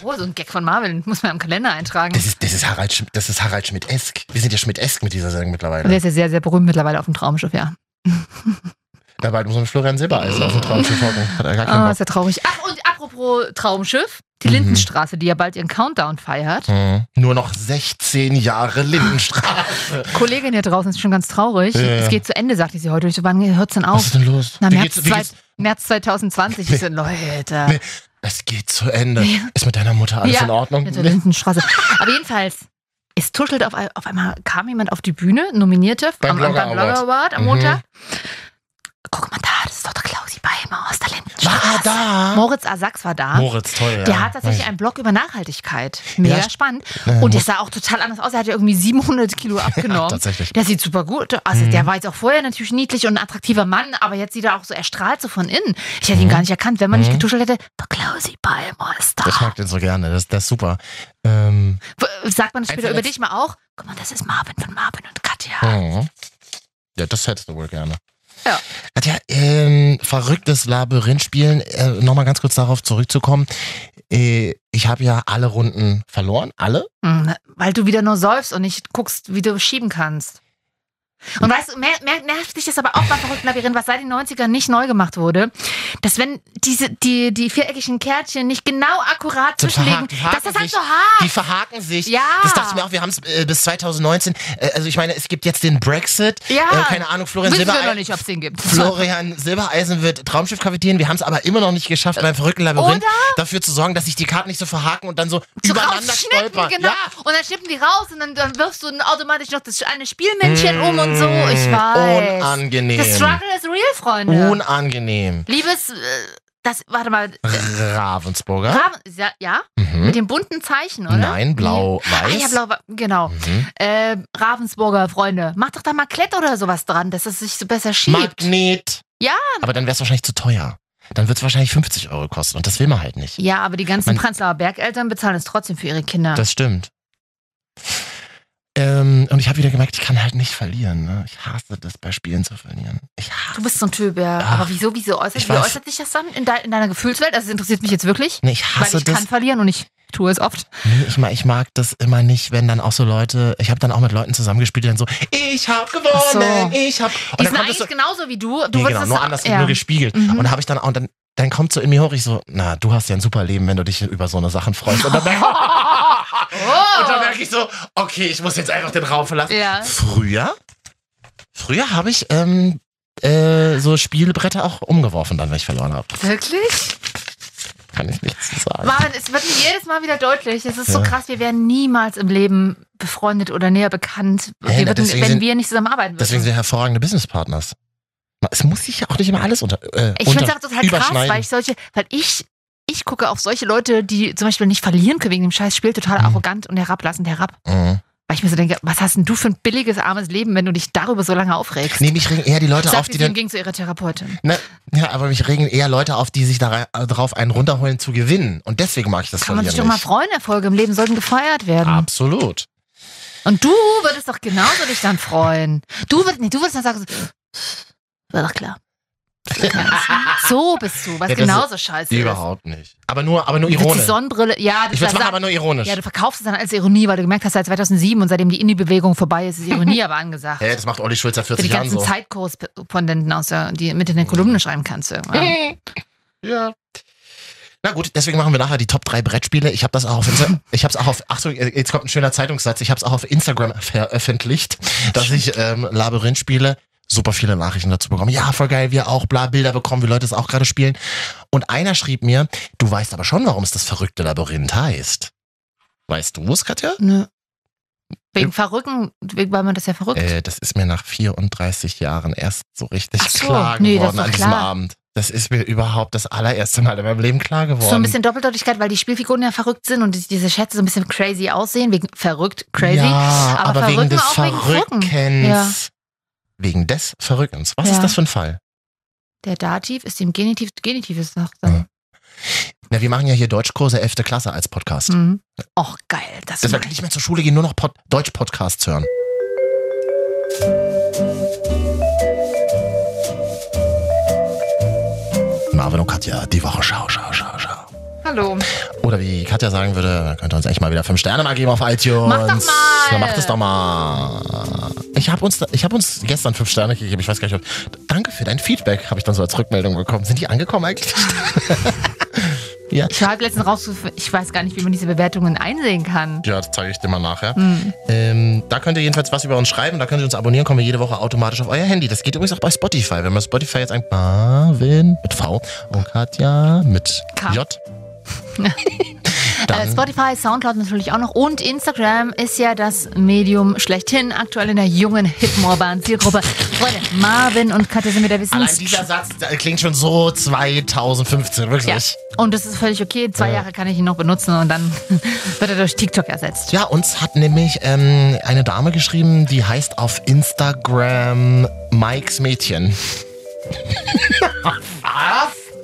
[SPEAKER 4] Oh, so ein Gag von Marvin, muss man im Kalender eintragen.
[SPEAKER 8] Das ist, das ist Harald, Schm- das ist Harald Schmidt-esk. Wir sind ja Schmidt-esk mit dieser Sendung mittlerweile.
[SPEAKER 4] Und der ist ja sehr, sehr berühmt mittlerweile auf dem Traumschiff, ja.
[SPEAKER 8] Na, bald muss man Florian Silbereisen auf den Traum verfolgen. Hat er gar
[SPEAKER 4] Ah,
[SPEAKER 8] keinen
[SPEAKER 4] ist ja traurig. Ach, und apropos Traumschiff, die
[SPEAKER 8] Mhm.
[SPEAKER 4] Lindenstraße, die ja bald ihren Countdown feiert.
[SPEAKER 8] Bock. Mhm. Nur noch 16 Jahre Lindenstraße.
[SPEAKER 4] Kollegin hier draußen ist schon ganz traurig.
[SPEAKER 8] Ja, ja.
[SPEAKER 4] Es geht zu Ende, sagte sie heute. Ich so, wann hört's denn
[SPEAKER 8] Was
[SPEAKER 4] auf?
[SPEAKER 8] ist denn los?
[SPEAKER 4] Na,
[SPEAKER 8] Wie
[SPEAKER 4] März,
[SPEAKER 8] geht's- wie
[SPEAKER 4] zwei-
[SPEAKER 8] geht's-
[SPEAKER 4] März 2020. Ich so, Leute.
[SPEAKER 8] Nee. Es geht zu Ende.
[SPEAKER 4] Ja.
[SPEAKER 8] Ist mit deiner Mutter alles
[SPEAKER 4] Ja.
[SPEAKER 8] in Ordnung?
[SPEAKER 4] Mit der Lindenstraße. Aber jedenfalls, es tuschelt auf, auf einmal, kam jemand auf die Bühne, nominierte
[SPEAKER 8] Beim
[SPEAKER 4] am, am-
[SPEAKER 8] Blogger
[SPEAKER 4] beim Blogger
[SPEAKER 8] Award.
[SPEAKER 4] Award am
[SPEAKER 8] Mhm.
[SPEAKER 4] Montag. Guck mal da, das ist doch der Klausi Beimer aus der
[SPEAKER 8] War
[SPEAKER 4] Lindenstraße.
[SPEAKER 8] da?
[SPEAKER 4] Moritz Asax war da.
[SPEAKER 8] Moritz, toll. Ja.
[SPEAKER 4] Der hat tatsächlich einen Blog über Nachhaltigkeit. Mega
[SPEAKER 8] Ja,
[SPEAKER 4] spannend.
[SPEAKER 8] Ja,
[SPEAKER 4] Und der
[SPEAKER 8] muss-
[SPEAKER 4] sah auch total anders aus. Er hat ja irgendwie 700 Kilo
[SPEAKER 8] ja,
[SPEAKER 4] abgenommen.
[SPEAKER 8] tatsächlich.
[SPEAKER 4] Der sieht super gut. Also
[SPEAKER 8] Mhm.
[SPEAKER 4] der war jetzt auch vorher natürlich niedlich und ein attraktiver Mann, aber jetzt sieht er auch so, er strahlt so von innen. Ich hätte ihn
[SPEAKER 8] Mhm.
[SPEAKER 4] gar nicht erkannt, wenn man nicht
[SPEAKER 8] Mhm.
[SPEAKER 4] getuschelt hätte. "Der Klausi Palmer ist da.
[SPEAKER 8] Ich mag den so gerne. Das, das ist super. Ähm,
[SPEAKER 4] W- Sagt man das später
[SPEAKER 8] Einzelne-
[SPEAKER 4] über dich mal auch? Guck mal, das ist Marvin von Marvin und Katja.
[SPEAKER 8] mhm. Ja, das hättest du wohl gerne.
[SPEAKER 4] Ah. Ja.
[SPEAKER 8] Hat ja ähm, verrücktes Labyrinth spielen. Äh, Nochmal ganz kurz darauf zurückzukommen. Äh, ich habe ja alle Runden verloren. Alle?
[SPEAKER 4] Mhm, Weil du wieder nur säufst und nicht guckst, wie du schieben kannst. Und weißt du, mer mer nervt dich das aber auch beim verrückten Labyrinth, was seit den 90ern nicht neu gemacht wurde, dass wenn diese, die, die viereckigen Kärtchen nicht genau akkurat
[SPEAKER 8] Zum Verhaken,
[SPEAKER 4] zwischenlegen,
[SPEAKER 8] die haken
[SPEAKER 4] dass das halt
[SPEAKER 8] sich.
[SPEAKER 4] so hart.
[SPEAKER 8] Die verhaken sich.
[SPEAKER 4] Ja.
[SPEAKER 8] Das dachte ich mir auch, wir haben es äh, bis 2019. Äh, also ich meine, es gibt jetzt den Brexit.
[SPEAKER 4] Ja.
[SPEAKER 8] Äh, keine Ahnung, Florian
[SPEAKER 4] Wissen wir
[SPEAKER 8] Silbereisen.
[SPEAKER 4] noch nicht, ob es den gibt.
[SPEAKER 8] Florian Silbereisen wird Traumschiff kapitieren. Wir haben es aber immer noch nicht geschafft, beim verrückten Labyrinth
[SPEAKER 4] Oder?
[SPEAKER 8] dafür zu sorgen, dass sich die Karten nicht so verhaken und dann so
[SPEAKER 4] So
[SPEAKER 8] übereinander
[SPEAKER 4] rausschnippen,
[SPEAKER 8] stolpern.
[SPEAKER 4] genau.
[SPEAKER 8] Ja.
[SPEAKER 4] Und dann schnippen die raus und dann, dann wirfst du dann automatisch noch das eine Spielmännchen um und so. Ich weiß.
[SPEAKER 8] Mhm. Hm, Unangenehm.
[SPEAKER 4] The struggle ne? is real, Freunde.
[SPEAKER 8] Unangenehm.
[SPEAKER 4] Liebes, äh, das, warte mal.
[SPEAKER 8] Ravensburger.
[SPEAKER 4] Raven, ja, ja?
[SPEAKER 8] mhm.
[SPEAKER 4] mit dem bunten Zeichen, oder?
[SPEAKER 8] Nein,
[SPEAKER 4] Ah,
[SPEAKER 8] blau-weiß.
[SPEAKER 4] ja, blau, genau.
[SPEAKER 8] Mhm.
[SPEAKER 4] Äh, Ravensburger Freunde, mach doch da mal Klett oder sowas dran, dass es sich so besser schiebt.
[SPEAKER 8] Magnet.
[SPEAKER 4] Ja.
[SPEAKER 8] Aber dann wäre es wahrscheinlich zu teuer. Dann wird es wahrscheinlich 50 Euro kosten und das will man halt nicht.
[SPEAKER 4] Ja, aber die ganzen
[SPEAKER 8] Man-
[SPEAKER 4] Prenzlauer Bergeltern bezahlen es trotzdem für ihre Kinder.
[SPEAKER 8] Das stimmt. Ähm, und ich habe wieder gemerkt, ich kann halt nicht verlieren. Ne? Ich hasse das, bei Spielen zu verlieren. Ich hasse
[SPEAKER 4] Du bist so ein Typ, ja.
[SPEAKER 8] Ach,
[SPEAKER 4] aber wieso, wieso äußert,
[SPEAKER 8] ich
[SPEAKER 4] wie
[SPEAKER 8] weiß-
[SPEAKER 4] äußert sich das dann in, dei- in deiner Gefühlswelt? Also, das interessiert mich jetzt wirklich.
[SPEAKER 8] Nee, ich
[SPEAKER 4] Weil
[SPEAKER 8] hasse
[SPEAKER 4] ich kann
[SPEAKER 8] das.
[SPEAKER 4] verlieren und ich tue es oft.
[SPEAKER 8] Nee, ich, mag, ich mag das immer nicht, wenn dann auch so Leute, ich habe dann auch mit Leuten zusammengespielt, die dann so, ich habe gewonnen,
[SPEAKER 4] Ach so.
[SPEAKER 8] ich habe.
[SPEAKER 4] Die
[SPEAKER 8] Und dann
[SPEAKER 4] sind
[SPEAKER 8] kommt es
[SPEAKER 4] eigentlich
[SPEAKER 8] so,
[SPEAKER 4] genauso wie du. Du
[SPEAKER 8] nee,
[SPEAKER 4] würdest
[SPEAKER 8] genau,
[SPEAKER 4] es-
[SPEAKER 8] nur anders,
[SPEAKER 4] ja.
[SPEAKER 8] nur gespiegelt.
[SPEAKER 4] Mhm.
[SPEAKER 8] Und dann habe ich dann auch, dann, dann kommt so in mir hoch, ich so, na, du hast ja ein super Leben, wenn du dich über so eine Sachen freust. Und dann merke und dann merk ich so, okay, ich muss jetzt einfach den Raum verlassen.
[SPEAKER 4] Oh. Ja.
[SPEAKER 8] Früher, früher habe ich ähm, äh, so Spielbretter auch umgeworfen, dann, wenn ich verloren habe.
[SPEAKER 4] Wirklich?
[SPEAKER 8] Kann ich nichts zu sagen.
[SPEAKER 4] Mann, es wird mir jedes Mal wieder deutlich. Es ist so
[SPEAKER 8] Ja.
[SPEAKER 4] krass, wir wären niemals im Leben befreundet oder näher bekannt,
[SPEAKER 8] Hä,
[SPEAKER 4] wir
[SPEAKER 8] na,
[SPEAKER 4] würden,
[SPEAKER 8] deswegen
[SPEAKER 4] wenn
[SPEAKER 8] sind-
[SPEAKER 4] wir nicht zusammenarbeiten
[SPEAKER 8] Deswegen
[SPEAKER 4] würden.
[SPEAKER 8] sind wir hervorragende Businesspartners. Es muss sich ja auch nicht immer alles unter. Äh,
[SPEAKER 4] Ich finde
[SPEAKER 8] unter
[SPEAKER 4] es auch total krass,
[SPEAKER 8] überschneiden.
[SPEAKER 4] weil ich solche, weil ich, ich gucke auf solche Leute, die zum Beispiel nicht verlieren können wegen dem scheiß Spiel, total
[SPEAKER 8] Mhm.
[SPEAKER 4] arrogant und herablassend herab.
[SPEAKER 8] Mhm.
[SPEAKER 4] Weil ich mir so denke, was hast denn du für ein billiges, armes Leben, wenn du dich darüber so lange aufregst?
[SPEAKER 8] Nee, mich regen eher die Leute auf,
[SPEAKER 4] Sagt
[SPEAKER 8] die
[SPEAKER 4] die dann
[SPEAKER 8] dann.
[SPEAKER 4] ging zu ihrer Therapeutin.
[SPEAKER 8] Ne, ja, aber mich regen eher Leute auf, die sich da- darauf einen runterholen zu gewinnen. Und deswegen mag ich das
[SPEAKER 4] Kann man sich doch
[SPEAKER 8] Verlieren
[SPEAKER 4] mal
[SPEAKER 8] nicht.
[SPEAKER 4] freuen, Erfolge im Leben sollten gefeiert werden.
[SPEAKER 8] Absolut.
[SPEAKER 4] Und du würdest doch genauso dich dann freuen. Du würdest, nee, du würdest dann sagen, so, war doch klar. So bist du, was
[SPEAKER 8] Ja, das
[SPEAKER 4] genauso scheiße ist.
[SPEAKER 8] Überhaupt nicht. Aber nur, aber nur
[SPEAKER 4] Du willst die
[SPEAKER 8] ironisch.
[SPEAKER 4] Sonnenbrille, ja, das
[SPEAKER 8] Ich würde es
[SPEAKER 4] das-
[SPEAKER 8] machen, aber nur ironisch.
[SPEAKER 4] ja, du verkaufst es dann als Ironie, weil du gemerkt hast, seit 2007 und seitdem die Indie-Bewegung vorbei ist, ist Ironie aber angesagt.
[SPEAKER 8] Hä, das macht Olli Schulz seit
[SPEAKER 4] Für die
[SPEAKER 8] 40 Jahren
[SPEAKER 4] ganzen
[SPEAKER 8] so. Mhm.
[SPEAKER 4] Zeitkorrespondenten aus der, die mit in den Kolumnen schreiben kannst du irgendwann.
[SPEAKER 8] Ja. Na gut, deswegen machen wir nachher die Top 3 Brettspiele. Ich habe das auch auf Insta ich hab's auch auf Achtung, äh, jetzt kommt ein schöner Zeitungssatz. Ich habe es auch auf Instagram veröffentlicht, dass ich ähm, Labyrinth spiele. super viele Nachrichten dazu bekommen. Ja, voll geil, wir auch, bla, Bilder bekommen, wie Leute es auch gerade spielen. Und einer schrieb mir, du weißt aber schon, warum es das verrückte Labyrinth heißt. Weißt du es, Katja?
[SPEAKER 4] Nö. Wegen
[SPEAKER 8] Ähm.
[SPEAKER 4] Verrücken, wegen, weil man das ja verrückt.
[SPEAKER 8] Äh, das ist mir nach 34 Jahren erst so richtig
[SPEAKER 4] Ach so,
[SPEAKER 8] klar
[SPEAKER 4] nee, das
[SPEAKER 8] geworden
[SPEAKER 4] war
[SPEAKER 8] an diesem
[SPEAKER 4] klar.
[SPEAKER 8] Abend. Das ist mir überhaupt das allererste Mal in meinem Leben klar geworden.
[SPEAKER 4] so ein bisschen Doppeldeutigkeit, weil die Spielfiguren ja verrückt sind und die- diese Schätze so ein bisschen crazy aussehen, wegen verrückt, crazy.
[SPEAKER 8] Ja,
[SPEAKER 4] aber
[SPEAKER 8] aber, wegen
[SPEAKER 4] Verrücken
[SPEAKER 8] des
[SPEAKER 4] auch wegen Verrücken.
[SPEAKER 8] Verrückens.
[SPEAKER 4] Ja.
[SPEAKER 8] Wegen des Verrückens. Was
[SPEAKER 4] Ja.
[SPEAKER 8] ist das für ein Fall?
[SPEAKER 4] Der Dativ ist dem Genitiv, Genitiv ist noch dann.
[SPEAKER 8] Na, wir machen ja hier Deutschkurse 11. Klasse als Podcast.
[SPEAKER 4] Mhm. Och, geil. Das,
[SPEAKER 8] Dass wir
[SPEAKER 4] mag ich.
[SPEAKER 8] nicht mehr zur Schule gehen, nur noch Pod Deutsch-Podcasts hören. Marvin und Katja, die Woche schau, schau, schau, schau.
[SPEAKER 4] Hallo.
[SPEAKER 8] Oder wie Katja sagen würde, könnt ihr uns echt mal wieder fünf Sterne mal geben auf iTunes.
[SPEAKER 4] Macht doch mal!
[SPEAKER 8] Ja, macht es doch mal. Ich habe uns, ich hab uns gestern fünf Sterne gegeben. Ich weiß gar nicht, ob, danke für dein Feedback, habe ich dann so als Rückmeldung bekommen. Sind die angekommen eigentlich?
[SPEAKER 4] Ich habe letztens rausgefunden, ich weiß gar nicht, wie man diese Bewertungen einsehen kann.
[SPEAKER 8] Ja, das zeige ich dir mal nachher.
[SPEAKER 4] Hm.
[SPEAKER 8] Ähm, da könnt ihr jedenfalls was über uns schreiben. Da könnt ihr uns abonnieren. Kommen wir jede Woche automatisch auf euer Handy. Das geht übrigens auch bei Spotify. Wenn man Spotify jetzt ein Marvin mit V und Katja mit
[SPEAKER 4] K.
[SPEAKER 8] J.
[SPEAKER 4] Äh,
[SPEAKER 8] dann,
[SPEAKER 4] Spotify, Soundcloud natürlich auch noch und Instagram ist ja das Medium schlechthin, aktuell in der jungen, hippen, urbanen Zielgruppe. Freunde, Marvin und Katja sind wieder ein bisschen...
[SPEAKER 8] allein dieser Satz der klingt schon so 2015,
[SPEAKER 4] ja.
[SPEAKER 8] wirklich.
[SPEAKER 4] Und das ist völlig okay. Zwei Jahre kann ich ihn noch benutzen und dann wird er durch TikTok ersetzt.
[SPEAKER 8] Ja, uns hat nämlich ähm, eine Dame geschrieben, die heißt auf Instagram Mikes Mädchen.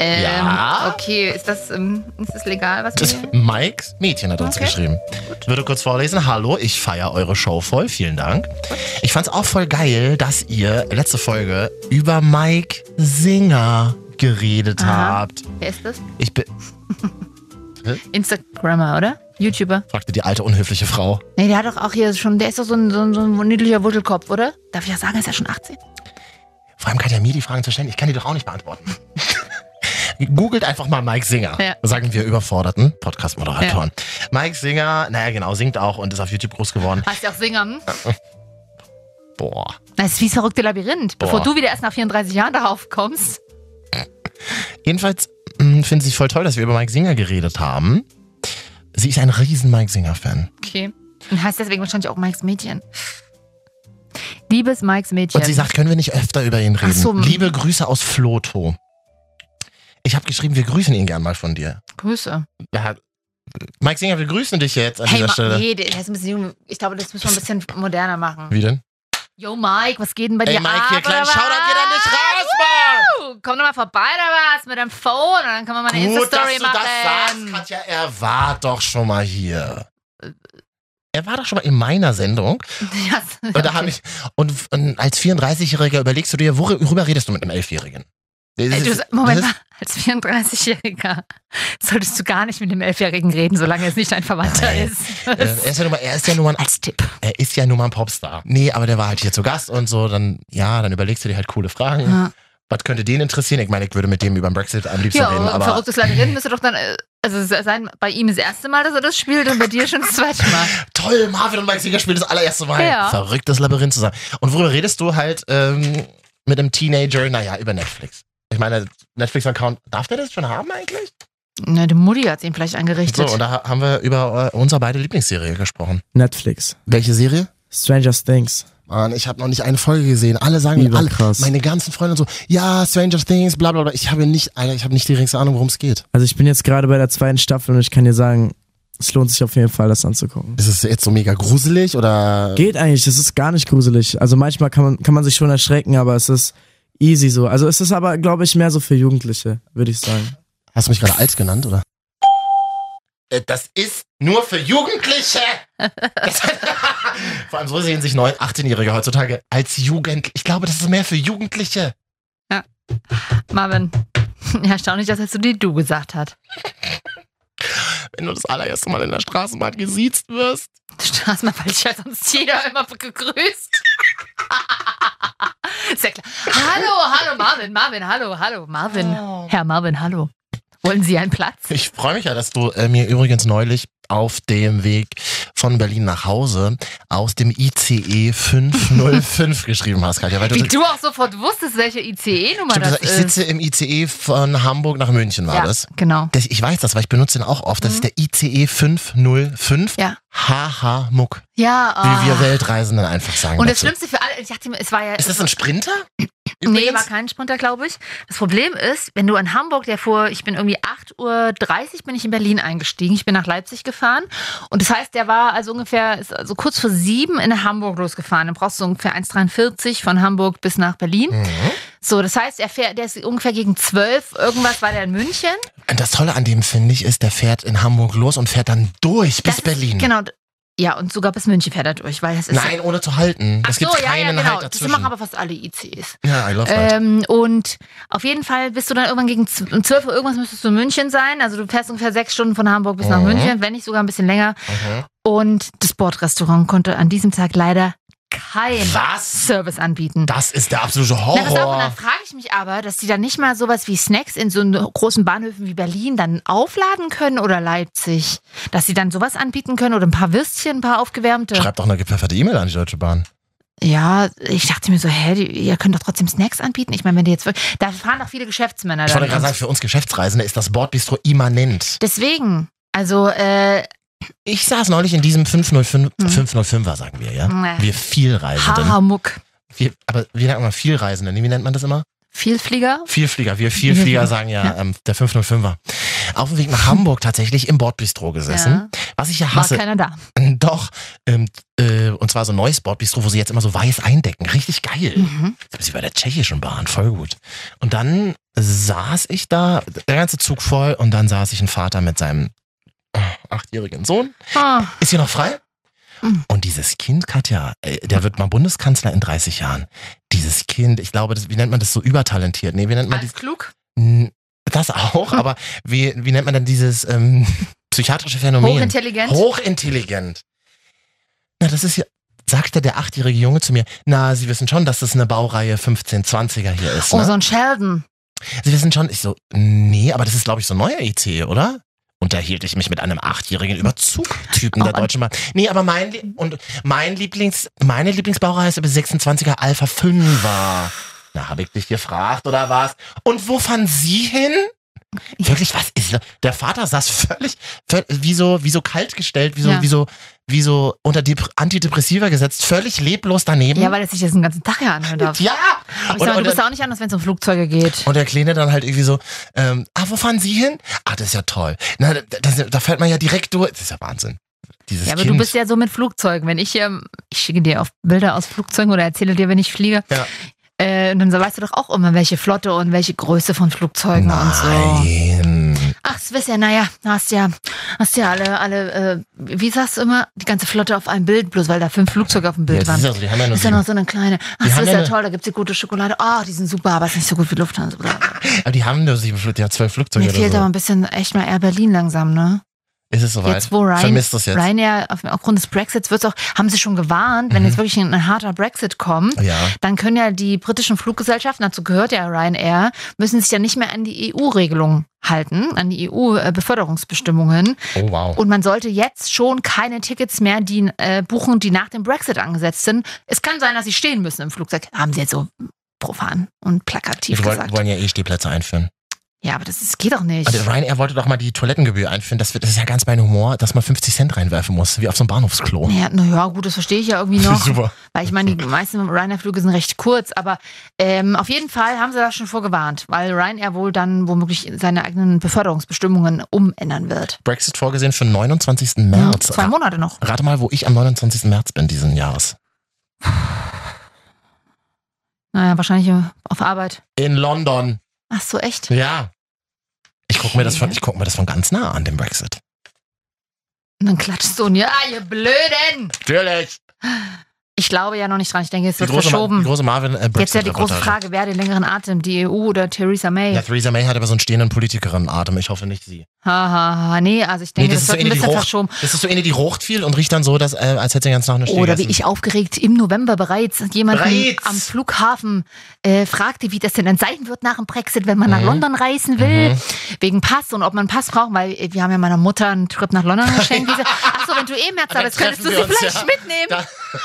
[SPEAKER 4] Ähm,
[SPEAKER 8] Ja?
[SPEAKER 4] Okay, ist das, ähm, ist das legal, was
[SPEAKER 8] Das
[SPEAKER 4] wir hier-
[SPEAKER 8] Mikes Mädchen hat uns
[SPEAKER 4] Okay.
[SPEAKER 8] geschrieben. Würde kurz vorlesen. Hallo, ich feiere eure Show voll. Vielen Dank. Ich fand's auch voll geil, dass ihr letzte Folge über Mike Singer geredet
[SPEAKER 4] Aha.
[SPEAKER 8] habt.
[SPEAKER 4] Wer ist das?
[SPEAKER 8] Ich be
[SPEAKER 4] Instagrammer, oder? YouTuber.
[SPEAKER 8] fragte die alte unhöfliche Frau.
[SPEAKER 4] Nee, der hat doch auch hier schon, der ist doch so ein, so ein, so ein niedlicher Wurzelkopf, oder? Darf ich ja sagen, er ist ja schon 18?
[SPEAKER 8] Vor allem kann ja mir die Fragen zu stellen. Ich kann die doch auch nicht beantworten. Googelt einfach mal Mike Singer,
[SPEAKER 4] Ja.
[SPEAKER 8] sagen wir überforderten Podcast-Moderatoren. Mike Singer, naja genau, singt auch und ist auf YouTube groß geworden.
[SPEAKER 4] Heißt ja auch Singer. Hm?
[SPEAKER 8] Boah.
[SPEAKER 4] Das ist wie das verrückte Labyrinth. Bevor
[SPEAKER 8] Boah.
[SPEAKER 4] du wieder erst nach 34 Jahren darauf kommst.
[SPEAKER 8] Jedenfalls mh, finden sie voll toll, dass wir über Mike Singer geredet haben. Sie ist ein riesen Mike Singer-Fan.
[SPEAKER 4] Okay. Und heißt deswegen wahrscheinlich auch Mikes Mädchen. Liebes Mikes Mädchen.
[SPEAKER 8] Und sie sagt, können wir nicht öfter über ihn reden?
[SPEAKER 4] Ach so. hm.
[SPEAKER 8] Liebe Grüße aus Floto. Ich habe geschrieben, wir grüßen ihn gern mal von dir.
[SPEAKER 4] Grüße.
[SPEAKER 8] Ja, Mike Singer, wir grüßen dich jetzt an
[SPEAKER 4] Hey,
[SPEAKER 8] dieser
[SPEAKER 4] Ma
[SPEAKER 8] Stelle.
[SPEAKER 4] nee, der der ist ein bisschen jung. Ich glaube, das müssen wir ein bisschen moderner machen.
[SPEAKER 8] Wie denn?
[SPEAKER 4] Yo, Mike, was geht denn bei
[SPEAKER 8] Ey,
[SPEAKER 4] dir
[SPEAKER 8] Mike,
[SPEAKER 4] ab?
[SPEAKER 8] hier, kleinen
[SPEAKER 4] oder
[SPEAKER 8] Shoutout geht an dich
[SPEAKER 4] was?
[SPEAKER 8] raus, Mann!
[SPEAKER 4] Uh, Komm doch mal vorbei oder was mit deinem Phone und dann können wir mal eine
[SPEAKER 8] Gut, dass
[SPEAKER 4] Insta-Story
[SPEAKER 8] du das sagst,
[SPEAKER 4] machen.
[SPEAKER 8] Katja. Er war doch schon mal hier. Er war doch schon mal in meiner Sendung.
[SPEAKER 4] Das
[SPEAKER 8] Und, da hab ich, und, und als 34-Jähriger überlegst du dir, worüber redest du mit einem Elfjährigen? Das
[SPEAKER 4] Ey,
[SPEAKER 8] ist-
[SPEAKER 4] Äh, du, Moment
[SPEAKER 8] das
[SPEAKER 4] mal, als 34-Jähriger solltest du gar nicht mit einem Elfjährigen reden, solange es nicht dein Verwandter
[SPEAKER 8] Nein.
[SPEAKER 4] ist.
[SPEAKER 8] ist, äh, er, ist ja nur mal, er ist ja nur mal ein,
[SPEAKER 4] als Tipp.
[SPEAKER 8] er ist ja nur mal ein Popstar. Nee, aber der war halt hier zu Gast und so. Dann, ja, dann überlegst du dir halt coole Fragen.
[SPEAKER 4] Ja,
[SPEAKER 8] Was könnte den interessieren? Ich meine, ich würde mit dem über den Brexit am liebsten
[SPEAKER 4] ja
[SPEAKER 8] reden,
[SPEAKER 4] und
[SPEAKER 8] aber
[SPEAKER 4] verrücktes Labyrinth müsste doch dann, äh, also es sein, bei ihm das erste Mal, dass er das spielt und bei dir schon das zweite Mal.
[SPEAKER 8] toll, Marvin und Mike Sieger spielen das allererste Mal.
[SPEAKER 4] Ja.
[SPEAKER 8] Verrücktes Labyrinth zusammen. Und worüber redest du halt ähm, mit einem Teenager? Naja, über Netflix. Ich meine, Netflix-Account, darf der das schon haben eigentlich?
[SPEAKER 4] Na, die Mutti hat ihn vielleicht
[SPEAKER 8] So,
[SPEAKER 4] angerichtet.
[SPEAKER 8] und da haben wir über äh, unsere beide Lieblingsserie gesprochen.
[SPEAKER 6] Netflix.
[SPEAKER 8] Welche Serie?
[SPEAKER 6] Stranger Things.
[SPEAKER 8] Mann, ich habe noch nicht eine Folge gesehen. Alle sagen mir, alle,
[SPEAKER 6] Überkrass.
[SPEAKER 8] meine ganzen Freunde so, ja, Stranger Things, bla bla bla. Ich habe nicht, Alter, ich habe nicht die geringste Ahnung, worum es geht.
[SPEAKER 6] Also ich bin jetzt gerade bei der zweiten Staffel und ich kann dir sagen, es lohnt sich auf jeden Fall, das anzugucken.
[SPEAKER 8] Ist es jetzt so mega gruselig oder?
[SPEAKER 6] Geht eigentlich, das ist gar nicht gruselig. Also manchmal kann man, kann man sich schon erschrecken, aber es ist easy so. Also es ist aber, glaube ich, mehr so für Jugendliche, würde ich sagen.
[SPEAKER 8] Hast du mich gerade alt genannt, oder? Äh, Das ist nur für Jugendliche. Das- Vor allem so sehen sich neun 18-Jährige heutzutage als Jugend. Ich glaube, das ist mehr für Jugendliche.
[SPEAKER 4] Marvin, erstaunlich, dass er zu dir du gesagt hat.
[SPEAKER 8] Wenn du das allererste Mal in der Straßenbahn gesiezt wirst.
[SPEAKER 4] Straßenbahn, weil ich ja sonst jeder immer gegrüßt. Sehr klar. Hallo, hallo Marvin, Marvin, hallo, hallo Marvin. Herr Marvin, hallo. Wollen Sie einen Platz?
[SPEAKER 8] Ich freue mich ja, dass du äh, mir übrigens neulich auf dem Weg von Berlin nach Hause aus dem E ICE 505 geschrieben hast, Katja. Weil du,
[SPEAKER 4] Wie du auch sofort wusstest, welche ICE-Nummer
[SPEAKER 8] Stimmt,
[SPEAKER 4] das
[SPEAKER 8] das- ich
[SPEAKER 4] ist.
[SPEAKER 8] sitze im ICE von Hamburg nach München, war
[SPEAKER 4] ja,
[SPEAKER 8] das?
[SPEAKER 4] genau.
[SPEAKER 8] das? Ich weiß das, weil ich benutze den auch oft. Das ist der E ICE 505
[SPEAKER 4] Mhm. Ja.
[SPEAKER 8] HH Muck,
[SPEAKER 4] Ja,
[SPEAKER 8] wie
[SPEAKER 4] ah.
[SPEAKER 8] wir Weltreisenden einfach sagen.
[SPEAKER 4] Und das
[SPEAKER 8] dazu.
[SPEAKER 4] Schlimmste für alle, ich dachte mir, es war ja.
[SPEAKER 8] Ist das ein Sprinter?
[SPEAKER 4] Nee, war
[SPEAKER 8] Übrigens?
[SPEAKER 4] kein Sprinter, glaube ich. Das Problem ist, wenn du in Hamburg, der fuhr, ich bin irgendwie 8.30 Uhr, bin ich in Berlin eingestiegen. Ich bin nach Leipzig gefahren. Und das heißt, der war also ungefähr, ist also kurz vor sieben in Hamburg losgefahren. Dann brauchst du ungefähr 1,43 von Hamburg bis nach Berlin.
[SPEAKER 8] Mhm.
[SPEAKER 4] So, das heißt, er fährt, der ist ungefähr gegen zwölf, irgendwas war der in München.
[SPEAKER 8] Und das Tolle an dem, finde ich, ist, der fährt in Hamburg los und fährt dann durch bis
[SPEAKER 4] Das ist-
[SPEAKER 8] Berlin.
[SPEAKER 4] Genau. Ja, und sogar bis München fährt er durch, weil das ist.
[SPEAKER 8] Nein, ohne zu halten.
[SPEAKER 4] Ach
[SPEAKER 8] Es gibt
[SPEAKER 4] so, ja,
[SPEAKER 8] keinen
[SPEAKER 4] ja, genau.
[SPEAKER 8] Halt
[SPEAKER 4] das
[SPEAKER 8] dazwischen. Halt.
[SPEAKER 4] machen aber fast alle ICs.
[SPEAKER 8] ja, I love that.
[SPEAKER 4] Ähm, und auf jeden Fall bist du dann irgendwann gegen z- um 12 Uhr irgendwas müsstest du in München sein. Also du fährst ungefähr sechs Stunden von Hamburg bis nach
[SPEAKER 8] Mhm.
[SPEAKER 4] München, wenn nicht sogar ein bisschen länger.
[SPEAKER 8] Mhm.
[SPEAKER 4] Und das Bordrestaurant konnte an diesem Tag leider keinen
[SPEAKER 8] Was?
[SPEAKER 4] Service anbieten.
[SPEAKER 8] Das ist der absolute
[SPEAKER 4] Na, pass auf, und
[SPEAKER 8] Horror.
[SPEAKER 4] dann frage ich mich aber, dass die dann nicht mal sowas wie Snacks in so großen Bahnhöfen wie Berlin dann aufladen können oder Leipzig. Dass sie dann sowas anbieten können oder ein paar Würstchen, ein paar aufgewärmte.
[SPEAKER 8] Schreib doch eine gepfefferte E-Mail an die Deutsche Bahn.
[SPEAKER 4] Ja, ich dachte mir so, hä, die, ihr könnt doch trotzdem Snacks anbieten. Ich meine, wenn die jetzt wirklich. Da fahren doch viele Geschäftsmänner
[SPEAKER 8] Ich
[SPEAKER 4] dann.
[SPEAKER 8] wollte gerade sagen, für uns Geschäftsreisende ist das Bordbistro immanent.
[SPEAKER 4] Deswegen. Also, äh,
[SPEAKER 8] Ich saß neulich in diesem 505,
[SPEAKER 4] Mhm.
[SPEAKER 8] 505er, sagen wir, ja.
[SPEAKER 4] Nee.
[SPEAKER 8] Wir Vielreisenden.
[SPEAKER 4] Haarmuck.
[SPEAKER 8] Wir, aber wie nennt man Vielreisenden? Wie nennt man das immer?
[SPEAKER 4] Vielflieger?
[SPEAKER 8] Vielflieger. Wir Vielflieger sagen ja, Ähm, der 505er. Auf dem Weg nach Hamburg tatsächlich im Bordbistro gesessen. Was ich ja
[SPEAKER 4] Ja, war
[SPEAKER 8] hasse.
[SPEAKER 4] keiner da.
[SPEAKER 8] Doch. Ähm, äh, und zwar so ein neues Bordbistro, wo sie jetzt immer so weiß eindecken. Richtig geil.
[SPEAKER 4] Mhm.
[SPEAKER 8] Das ist wie bei der tschechischen Bahn, voll gut. Und dann saß ich da, der ganze Zug voll, und dann saß ich ein Vater mit seinem äh, achtjährigen Sohn.
[SPEAKER 4] Ah,
[SPEAKER 8] Ist hier noch frei?
[SPEAKER 4] Mhm.
[SPEAKER 8] Und dieses Kind, Katja, äh, der wird mal Bundeskanzler in 30 Jahren. Dieses Kind, ich glaube, das, wie nennt man das so übertalentiert? Nee, wie nennt man
[SPEAKER 4] alles klug.
[SPEAKER 8] dies- N- das auch,
[SPEAKER 4] Mhm.
[SPEAKER 8] aber wie, wie nennt man denn dieses ähm, psychiatrische Phänomen?
[SPEAKER 4] Hochintelligent.
[SPEAKER 8] Hochintelligent. Na, das ist ja, sagte der achtjährige Junge zu mir, na, Sie wissen schon, dass das eine Baureihe 1520er hier ist.
[SPEAKER 4] oh,
[SPEAKER 8] Ne?
[SPEAKER 4] so ein Sheldon.
[SPEAKER 8] Sie wissen Also schon, ich so, nee, aber das ist, glaube ich, so ein neuer IC, oder? Unterhielt ich mich mit einem Achtjährigen über Zugtypen der
[SPEAKER 4] Oh,
[SPEAKER 8] Deutschen Bahn. Nee, aber mein, Lie- und mein Lieblings, meine Lieblingsbaureihe ist über 26er Alpha 5er. Na, habe ich dich gefragt, oder was? Und wo fahren Sie hin? Wirklich, was ist da- Der Vater saß völlig, völ- wie so, wie so kaltgestellt, wie so,
[SPEAKER 4] Ja.
[SPEAKER 8] wie so, wie so unter Dep- Antidepressiva gesetzt, völlig leblos daneben.
[SPEAKER 4] Ja, weil er sich das den ganzen Tag hier anhören darf.
[SPEAKER 8] ja.
[SPEAKER 4] Aber
[SPEAKER 8] Und-
[SPEAKER 4] ich sag mal,
[SPEAKER 8] und-
[SPEAKER 4] du bist ja auch nicht anders, wenn es um Flugzeuge geht.
[SPEAKER 8] und der Kleine dann halt irgendwie so, ähm, ah, wo fahren Sie hin? Ah, das ist ja toll. Na, da, das, da fährt man ja direkt durch. Das ist ja Wahnsinn. Dieses
[SPEAKER 4] Ja, aber
[SPEAKER 8] kind.
[SPEAKER 4] du bist ja so mit Flugzeugen. Wenn ich hier, ich schicke dir auf Bilder aus Flugzeugen oder erzähle dir, wenn ich fliege,
[SPEAKER 8] Ja.
[SPEAKER 4] äh, und dann weißt du doch auch immer, welche Flotte und welche Größe von Flugzeugen und so.
[SPEAKER 8] Nein.
[SPEAKER 4] Ach, das wisst ihr, naja, hast ja, hast ja alle, alle, äh, wie sagst du immer, die ganze Flotte auf einem Bild, bloß weil da fünf Flugzeuge auf dem
[SPEAKER 8] Ja,
[SPEAKER 4] Bild
[SPEAKER 8] das ist
[SPEAKER 4] waren.
[SPEAKER 8] ja so, die haben ja nur
[SPEAKER 4] Ist ja
[SPEAKER 8] sieben.
[SPEAKER 4] noch so eine kleine. Ach,
[SPEAKER 8] Die
[SPEAKER 4] das
[SPEAKER 8] haben
[SPEAKER 4] ist
[SPEAKER 8] ja
[SPEAKER 4] ja
[SPEAKER 8] eine-
[SPEAKER 4] toll, da gibt's die gute Schokolade. Oh, die sind super, aber ist nicht so gut wie Lufthansa. Bla, bla.
[SPEAKER 8] Aber die haben nur sieben Flugzeuge, die haben zwölf Flugzeuge
[SPEAKER 4] Mir fehlt aber
[SPEAKER 8] oder
[SPEAKER 4] ein bisschen echt mal Air Berlin langsam, ne?
[SPEAKER 8] so. Ist es soweit?
[SPEAKER 4] Jetzt, wo Ryan-
[SPEAKER 8] Vermisst das jetzt.
[SPEAKER 4] Ryanair, auf, aufgrund des Brexits wird's auch, haben sie schon gewarnt, wenn
[SPEAKER 8] Mhm.
[SPEAKER 4] jetzt wirklich ein, ein harter Brexit kommt,
[SPEAKER 8] Ja.
[SPEAKER 4] dann können ja die britischen Fluggesellschaften, dazu gehört ja Ryanair, müssen sich ja nicht mehr an die EU-Regelung halten, an die E EU-Beförderungsbestimmungen.
[SPEAKER 8] Oh, wow.
[SPEAKER 4] Und man sollte jetzt schon keine Tickets mehr die, äh, buchen, die nach dem Brexit angesetzt sind. Es kann sein, dass sie stehen müssen im Flugzeug. Haben sie jetzt so profan und plakativ
[SPEAKER 8] Die wollen,
[SPEAKER 4] gesagt.
[SPEAKER 8] wollen ja eh Stehplätze einführen.
[SPEAKER 4] Ja, aber das, ist- geht doch nicht.
[SPEAKER 8] Also Ryanair wollte doch mal die Toilettengebühr einführen. Das, wird- das ist ja ganz mein Humor, dass man 50 Cent reinwerfen muss, wie auf so einem Bahnhofsklo.
[SPEAKER 4] Ja, na ja, gut, das verstehe ich ja irgendwie noch.
[SPEAKER 8] Super.
[SPEAKER 4] Weil ich meine, die meisten Ryanair-Flüge sind recht kurz, aber ähm, auf jeden Fall haben sie da schon vorgewarnt, weil Ryanair wohl dann womöglich seine eigenen Beförderungsbestimmungen umändern wird.
[SPEAKER 8] Brexit vorgesehen für den 29. März.
[SPEAKER 4] Hm, Zwei Monate noch.
[SPEAKER 8] Rate mal, wo ich am 29. März bin diesen Jahres.
[SPEAKER 4] Naja, wahrscheinlich äh, auf Arbeit.
[SPEAKER 8] In London.
[SPEAKER 4] Ach so, echt?
[SPEAKER 8] Ja. Ich gucke mir, das von-
[SPEAKER 4] Okay.
[SPEAKER 8] ich guck mir das von ganz nah an, den Brexit.
[SPEAKER 4] Und dann klatschst du und ja, ihr ah, Blöden!
[SPEAKER 8] Natürlich.
[SPEAKER 4] Ich glaube ja noch nicht dran. Ich denke, es
[SPEAKER 8] Die
[SPEAKER 4] wird
[SPEAKER 8] große, Ma die
[SPEAKER 4] verschoben.
[SPEAKER 8] große Marvin äh,
[SPEAKER 4] Jetzt ja die große
[SPEAKER 8] Brexit-Reportage.
[SPEAKER 4] Frage, wer hat den längeren Atem, die EU oder Theresa May?
[SPEAKER 8] Ja, Theresa May hat aber so einen stehenden Politikerin-Atem. Ich hoffe nicht sie.
[SPEAKER 4] Haha, ha, ha. nee, also ich denke,
[SPEAKER 8] Nee, das
[SPEAKER 4] das,
[SPEAKER 8] ist eh so ähnlich
[SPEAKER 4] wird ein
[SPEAKER 8] wie
[SPEAKER 4] bisschen
[SPEAKER 8] Rauch.
[SPEAKER 4] verschoben.
[SPEAKER 8] Das ist so eine, die rocht viel und riecht dann so, dass, äh, als hätte sie den ganzen Tag eine Stille
[SPEAKER 4] Oder wie
[SPEAKER 8] gegessen.
[SPEAKER 4] ich aufgeregt im November bereits jemanden
[SPEAKER 8] Bereits.
[SPEAKER 4] am Flughafen äh, fragte, wie das denn dann sein wird nach dem Brexit, wenn man nach
[SPEAKER 8] Mhm.
[SPEAKER 4] London reisen will, wegen Pass und ob man einen Pass braucht, weil äh, wir haben ja meiner Mutter einen Trip nach London geschenkt. Diese, achso, wenn du eh merkst, aber
[SPEAKER 8] Dann
[SPEAKER 4] jetzt könntest du
[SPEAKER 8] treffen
[SPEAKER 4] sie
[SPEAKER 8] wir uns,
[SPEAKER 4] vielleicht
[SPEAKER 8] ja.
[SPEAKER 4] mitnehmen.
[SPEAKER 8] Da-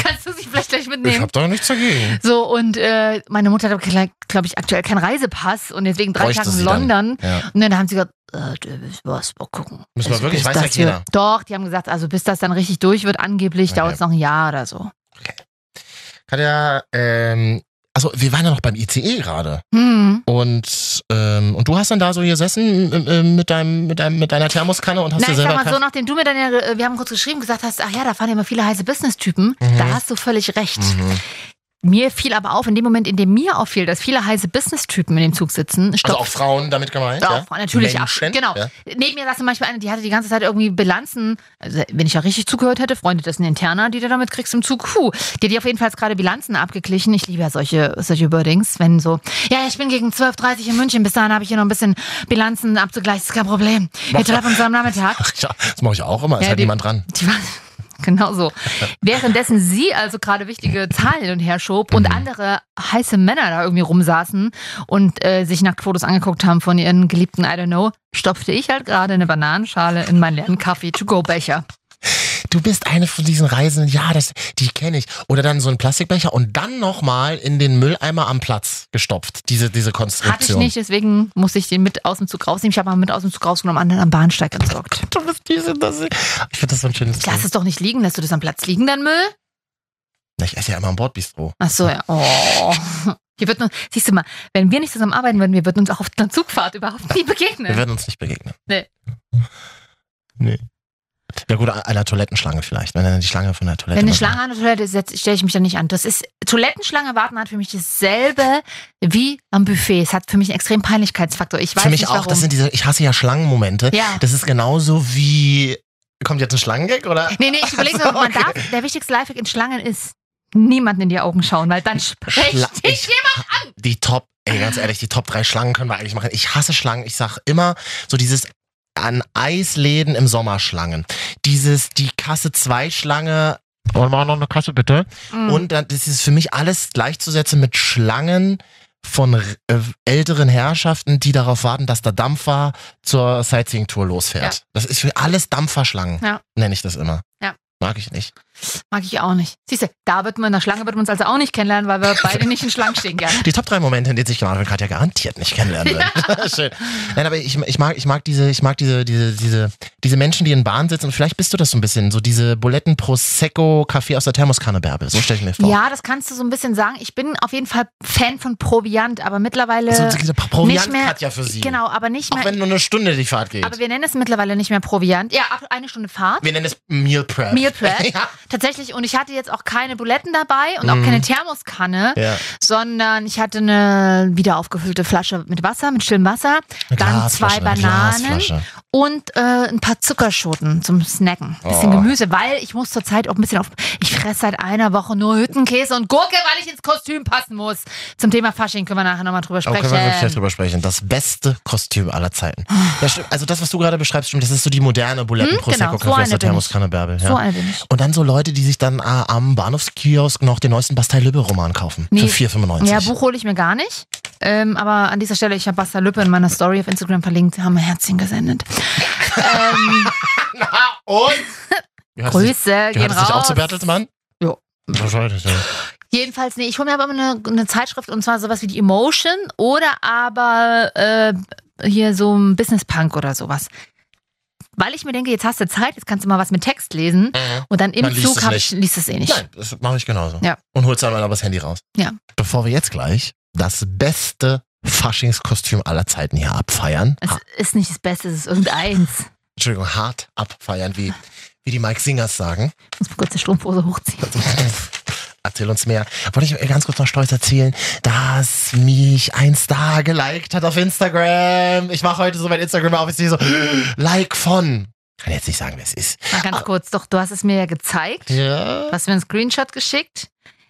[SPEAKER 4] Jetzt kannst du sie vielleicht gleich
[SPEAKER 8] Ich
[SPEAKER 4] mitnehmen.
[SPEAKER 8] hab da nichts dagegen.
[SPEAKER 4] So, und äh, meine Mutter hat, glaube ich, aktuell keinen Reisepass und deswegen drei
[SPEAKER 8] Bräuchte
[SPEAKER 4] Tage in
[SPEAKER 8] sie dann.
[SPEAKER 4] London.
[SPEAKER 8] Ja.
[SPEAKER 4] Und dann haben sie gesagt, äh, du müssen wir erst mal gucken. Also
[SPEAKER 8] Müssen wir wirklich?
[SPEAKER 4] bis
[SPEAKER 8] Weiß ja
[SPEAKER 4] das hier-
[SPEAKER 8] keiner.
[SPEAKER 4] Doch, die haben gesagt, also bis das dann richtig durch wird, angeblich
[SPEAKER 8] Okay.
[SPEAKER 4] dauert es noch ein Jahr oder so.
[SPEAKER 8] Katja, ähm, also wir waren ja noch beim ICE gerade.
[SPEAKER 4] Hm.
[SPEAKER 8] Und, ähm, und du hast dann da so gesessen ähm, ähm, mit, deinem, mit, deinem, mit deiner Thermoskanne und hast
[SPEAKER 4] Na,
[SPEAKER 8] dir
[SPEAKER 4] ich sag
[SPEAKER 8] selber
[SPEAKER 4] mal so,
[SPEAKER 8] Kaffee-
[SPEAKER 4] nachdem du mir dann ja, äh, wir haben kurz geschrieben, gesagt hast, ach ja, da fahren ja immer viele heiße Business-Typen,
[SPEAKER 8] Mhm.
[SPEAKER 4] da hast du völlig recht.
[SPEAKER 8] mhm.
[SPEAKER 4] Mir fiel aber auf, in dem Moment, in dem mir auffiel, dass viele heiße Business-Typen in dem Zug sitzen,
[SPEAKER 8] Also auch
[SPEAKER 4] stopft.
[SPEAKER 8] Frauen damit gemeint?
[SPEAKER 4] Ja,
[SPEAKER 8] Ja,
[SPEAKER 4] auch Frauen, natürlich, ach,
[SPEAKER 8] Menschen,
[SPEAKER 4] genau.
[SPEAKER 8] Ja.
[SPEAKER 4] Neben mir saß zum Beispiel eine, die hatte die ganze Zeit irgendwie Bilanzen. Also, wenn ich ja richtig zugehört hätte, Freunde, das ist ein Interner, die du damit kriegst im Zug. Puh, die hat die auf jeden Fall jetzt gerade Bilanzen abgeglichen. Ich liebe ja solche, solche Wordings, wenn so, ja, ich bin gegen 12.30 Uhr in München, bis dahin habe ich hier noch ein bisschen Bilanzen abzugleichen, ist kein Problem. Wir treffen uns am Nachmittag.
[SPEAKER 8] Ach, ja, das mache ich auch immer, ist
[SPEAKER 4] Ja,
[SPEAKER 8] halt
[SPEAKER 4] die-
[SPEAKER 8] niemand dran.
[SPEAKER 4] Die war genau so. Währenddessen sie also gerade wichtige Zahlen hin und her schob und andere heiße Männer da irgendwie rumsaßen und äh, sich Nacktfotos angeguckt haben von ihren geliebten I don't know, stopfte ich halt gerade eine Bananenschale in meinen leeren Kaffee-to-go-Becher.
[SPEAKER 8] Du bist eine von diesen Reisenden, ja, das, die kenne ich. Oder dann so ein Plastikbecher und dann nochmal in den Mülleimer am Platz gestopft. Diese, diese
[SPEAKER 4] Hatte ich
[SPEAKER 8] Konstruktion.
[SPEAKER 4] nicht, deswegen musste ich den mit aus dem Zug rausnehmen. Ich habe mal mit aus dem Zug rausgenommen, anderen am Bahnsteig entsorgt.
[SPEAKER 8] Du bist diese, das, ich finde das so ein schönes
[SPEAKER 4] Ich lass es doch nicht liegen, lässt du das am Platz liegen, dein Müll?
[SPEAKER 8] Na, Ich esse ja immer am Bordbistro.
[SPEAKER 4] Ach so, ja. Oh. Hier wird nun, siehst du mal, wenn wir nicht zusammen arbeiten würden, wir würden uns auch auf der Zugfahrt überhaupt nie
[SPEAKER 8] Wir
[SPEAKER 4] begegnen.
[SPEAKER 8] werden uns nicht begegnen.
[SPEAKER 4] Nee.
[SPEAKER 8] Nee. Ja gut, an einer Toilettenschlange vielleicht. Wenn dann die Schlange von der Toilette.
[SPEAKER 4] Wenn eine
[SPEAKER 8] was-
[SPEAKER 4] Schlange an der Toilette ist, stelle ich mich da nicht an. Das ist, Toilettenschlange warten hat für mich dasselbe wie am Buffet. Es hat für mich einen extremen Peinlichkeitsfaktor. Ich weiß
[SPEAKER 8] Für mich
[SPEAKER 4] nicht
[SPEAKER 8] auch,
[SPEAKER 4] warum.
[SPEAKER 8] das sind diese, ich hasse ja Schlangenmomente.
[SPEAKER 4] ja.
[SPEAKER 8] Das ist genauso wie. Kommt jetzt ein Schlangengag oder?
[SPEAKER 4] Nee, nee, ich überlege
[SPEAKER 8] Also,
[SPEAKER 4] nur, man
[SPEAKER 8] okay.
[SPEAKER 4] darf, der wichtigste Lifehack in Schlangen ist, niemanden in die Augen schauen, weil dann sprecht
[SPEAKER 8] Schla-
[SPEAKER 4] dich jemand.
[SPEAKER 8] Die Top, ey, ganz ehrlich, die Top drei Schlangen können wir eigentlich machen. Ich hasse Schlangen. Ich sag immer so dieses an Eisläden im Sommer Schlangen. Dieses, die Kasse 2 Schlange. Wollen wir auch noch eine Kasse bitte?
[SPEAKER 4] Mhm.
[SPEAKER 8] Und dann, das ist für mich alles gleichzusetzen mit Schlangen von äh, älteren Herrschaften, die darauf warten, dass der Dampfer zur Sightseeing-Tour losfährt. Das ist für alles Dampferschlangen,
[SPEAKER 4] Ja.
[SPEAKER 8] nenne ich das immer.
[SPEAKER 4] Ja.
[SPEAKER 8] Mag ich nicht.
[SPEAKER 4] Mag ich auch nicht. Siehst du, da wird man in der Schlange wird man uns also auch nicht kennenlernen, weil wir beide nicht in Schlangen stehen gerne.
[SPEAKER 8] Die Top 3 Momente, in denen sich Marvin Katja garantiert nicht kennenlernen will. Schön. Nein, aber ich, ich, mag, ich mag diese, ich mag diese, diese, diese, diese Menschen, die in Bahn sitzen und vielleicht bist du das so ein bisschen, so diese Buletten Prosecco Kaffee aus der Thermoskanne Bärbe. So stelle ich mir vor.
[SPEAKER 4] Ja, das kannst du so ein bisschen sagen. Ich bin auf jeden Fall Fan von Proviant, aber mittlerweile
[SPEAKER 8] so diese Proviant
[SPEAKER 4] nicht mehr-
[SPEAKER 8] Katja für sie.
[SPEAKER 4] genau, aber nicht
[SPEAKER 8] Auch
[SPEAKER 4] mehr.
[SPEAKER 8] wenn nur eine Stunde die Fahrt geht.
[SPEAKER 4] Aber wir nennen es mittlerweile nicht mehr Proviant. Ja, ab eine Stunde Fahrt.
[SPEAKER 8] Wir nennen es Meal Prep.
[SPEAKER 4] Meal Prep.
[SPEAKER 8] ja.
[SPEAKER 4] Tatsächlich, und ich hatte jetzt auch keine Buletten dabei und auch
[SPEAKER 8] Mhm.
[SPEAKER 4] keine Thermoskanne,
[SPEAKER 8] ja.
[SPEAKER 4] sondern ich hatte eine wieder aufgefüllte Flasche mit Wasser, mit stillem Wasser
[SPEAKER 8] Eine
[SPEAKER 4] Dann
[SPEAKER 8] Glasflasche,
[SPEAKER 4] zwei
[SPEAKER 8] eine
[SPEAKER 4] Bananen.
[SPEAKER 8] Glasflasche.
[SPEAKER 4] und äh, ein paar Zuckerschoten zum Snacken. Bisschen
[SPEAKER 8] Oh.
[SPEAKER 4] Gemüse, weil ich muss zurzeit auch ein bisschen auf. Ich fresse seit einer Woche nur Hüttenkäse und Gurke, weil ich ins Kostüm passen muss. Zum Thema Fasching können wir nachher nochmal drüber
[SPEAKER 8] Aber
[SPEAKER 4] sprechen.
[SPEAKER 8] können wir wirklich gleich drüber sprechen. Das beste Kostüm aller Zeiten. Ja, stimmt. Also das, was du gerade beschreibst, stimmt. Das ist so die moderne Buletten
[SPEAKER 4] Hm,
[SPEAKER 8] Prosecco
[SPEAKER 4] genau. So
[SPEAKER 8] Kaffee aus
[SPEAKER 4] eine
[SPEAKER 8] der
[SPEAKER 4] bin ich.
[SPEAKER 8] Thermoskanne Bärbel. Ja.
[SPEAKER 4] So eine bin ich.
[SPEAKER 8] Und dann so Leute, die sich dann äh, am Bahnhofskiosk noch den neuesten Bastei-Lübbe-Roman kaufen.
[SPEAKER 4] Nee.
[SPEAKER 8] Für 4,95.
[SPEAKER 4] Ja, Buch hole ich mir gar nicht. Ähm, aber an dieser Stelle, ich habe Basta Lüppe in meiner Story auf Instagram verlinkt, haben ein Herzchen gesendet. ähm,
[SPEAKER 8] Und? Gehört es nicht-
[SPEAKER 4] Grüße, gehen
[SPEAKER 8] Gehört es nicht auch
[SPEAKER 4] raus.
[SPEAKER 8] zu Bertelsmann?
[SPEAKER 4] Ja.
[SPEAKER 8] Wahrscheinlich, ja.
[SPEAKER 4] Jedenfalls, nee, ich hole mir aber eine, eine Zeitschrift und zwar sowas wie die Emotion oder aber äh, hier so ein Business Punk oder sowas. Weil ich mir denke, jetzt hast du Zeit, jetzt kannst du mal was mit Text lesen
[SPEAKER 8] Mhm.
[SPEAKER 4] und dann im
[SPEAKER 8] Man liest
[SPEAKER 4] Zug
[SPEAKER 8] es
[SPEAKER 4] hab ich,
[SPEAKER 8] nicht.
[SPEAKER 4] liest es eh nicht.
[SPEAKER 8] Nein, das mache ich genauso.
[SPEAKER 4] Ja.
[SPEAKER 8] Und holst dann mal aber das Handy raus.
[SPEAKER 4] Ja.
[SPEAKER 8] Bevor wir jetzt gleich das beste Faschingskostüm aller Zeiten hier abfeiern.
[SPEAKER 4] Es
[SPEAKER 8] Ha
[SPEAKER 4] ist nicht das Beste, es ist irgendeins.
[SPEAKER 8] Entschuldigung, hart abfeiern, wie, wie die Mike Singers sagen.
[SPEAKER 4] Ich muss mal kurz die Strumpfhose hochziehen.
[SPEAKER 8] Erzähl uns mehr. Wollte ich ganz kurz noch stolz erzählen, dass mich ein Star geliked hat auf Instagram. Ich mache heute so mein Instagram auf, ich sehe so, like von. Kann jetzt nicht sagen, wer es ist.
[SPEAKER 4] Mal ganz kurz, doch, du hast es mir ja gezeigt.
[SPEAKER 8] Ja.
[SPEAKER 4] Du hast mir einen Screenshot geschickt.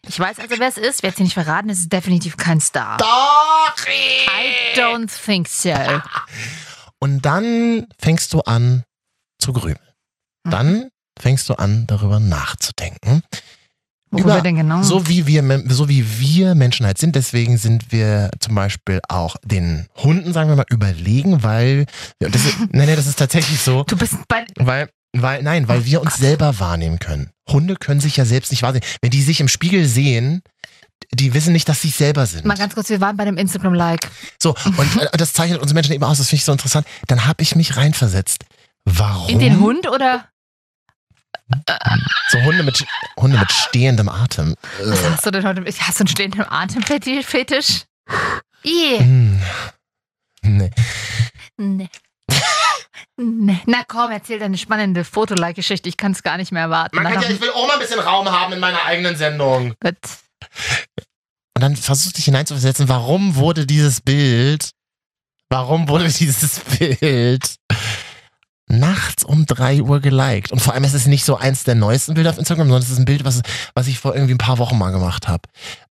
[SPEAKER 4] Ich weiß also, wer es ist. Ich werde es dir nicht verraten. Es ist definitiv kein Star.
[SPEAKER 8] Doch!
[SPEAKER 4] I don't think so.
[SPEAKER 8] Und dann fängst du an zu grübeln. Dann fängst du an, darüber nachzudenken.
[SPEAKER 4] Worüber
[SPEAKER 8] Über-
[SPEAKER 4] denn genau?
[SPEAKER 8] So wie wir, Men- so wie wir Menschen halt sind, deswegen sind wir zum Beispiel auch den Hunden, sagen wir mal, überlegen, weil, und das ist, nein, nein, das ist tatsächlich so,
[SPEAKER 4] du bist bei.
[SPEAKER 8] weil, weil, nein, weil wir uns selber wahrnehmen können. Hunde können sich ja selbst nicht wahrnehmen. Wenn die sich im Spiegel sehen, die wissen nicht, dass sie selber sind.
[SPEAKER 4] Mal ganz kurz, wir waren bei dem Instagram-Like.
[SPEAKER 8] So, und äh, das zeichnet uns Menschen eben aus, das finde ich so interessant. Dann habe ich mich reinversetzt. Warum?
[SPEAKER 4] In den Hund oder?
[SPEAKER 8] So Hunde mit, Hunde mit stehendem Atem.
[SPEAKER 4] Was hast du denn heute? Hast du einen stehenden Atemfetisch? Yeah.
[SPEAKER 8] Hm. Nee.
[SPEAKER 4] Nee. nee. ne. Na komm, erzähl deine spannende Fotolike-Geschichte. Ich kann es gar nicht mehr erwarten. Na, doch.
[SPEAKER 8] will auch mal ein bisschen Raum haben in meiner eigenen Sendung.
[SPEAKER 4] Gut.
[SPEAKER 8] Und dann versuch dich hineinzuversetzen, warum wurde dieses Bild, warum wurde dieses Bild nachts um 3 Uhr geliked? Und vor allem, es ist nicht so eins der neuesten Bilder auf Instagram, sondern es ist ein Bild, was, was ich vor irgendwie ein paar Wochen mal gemacht habe.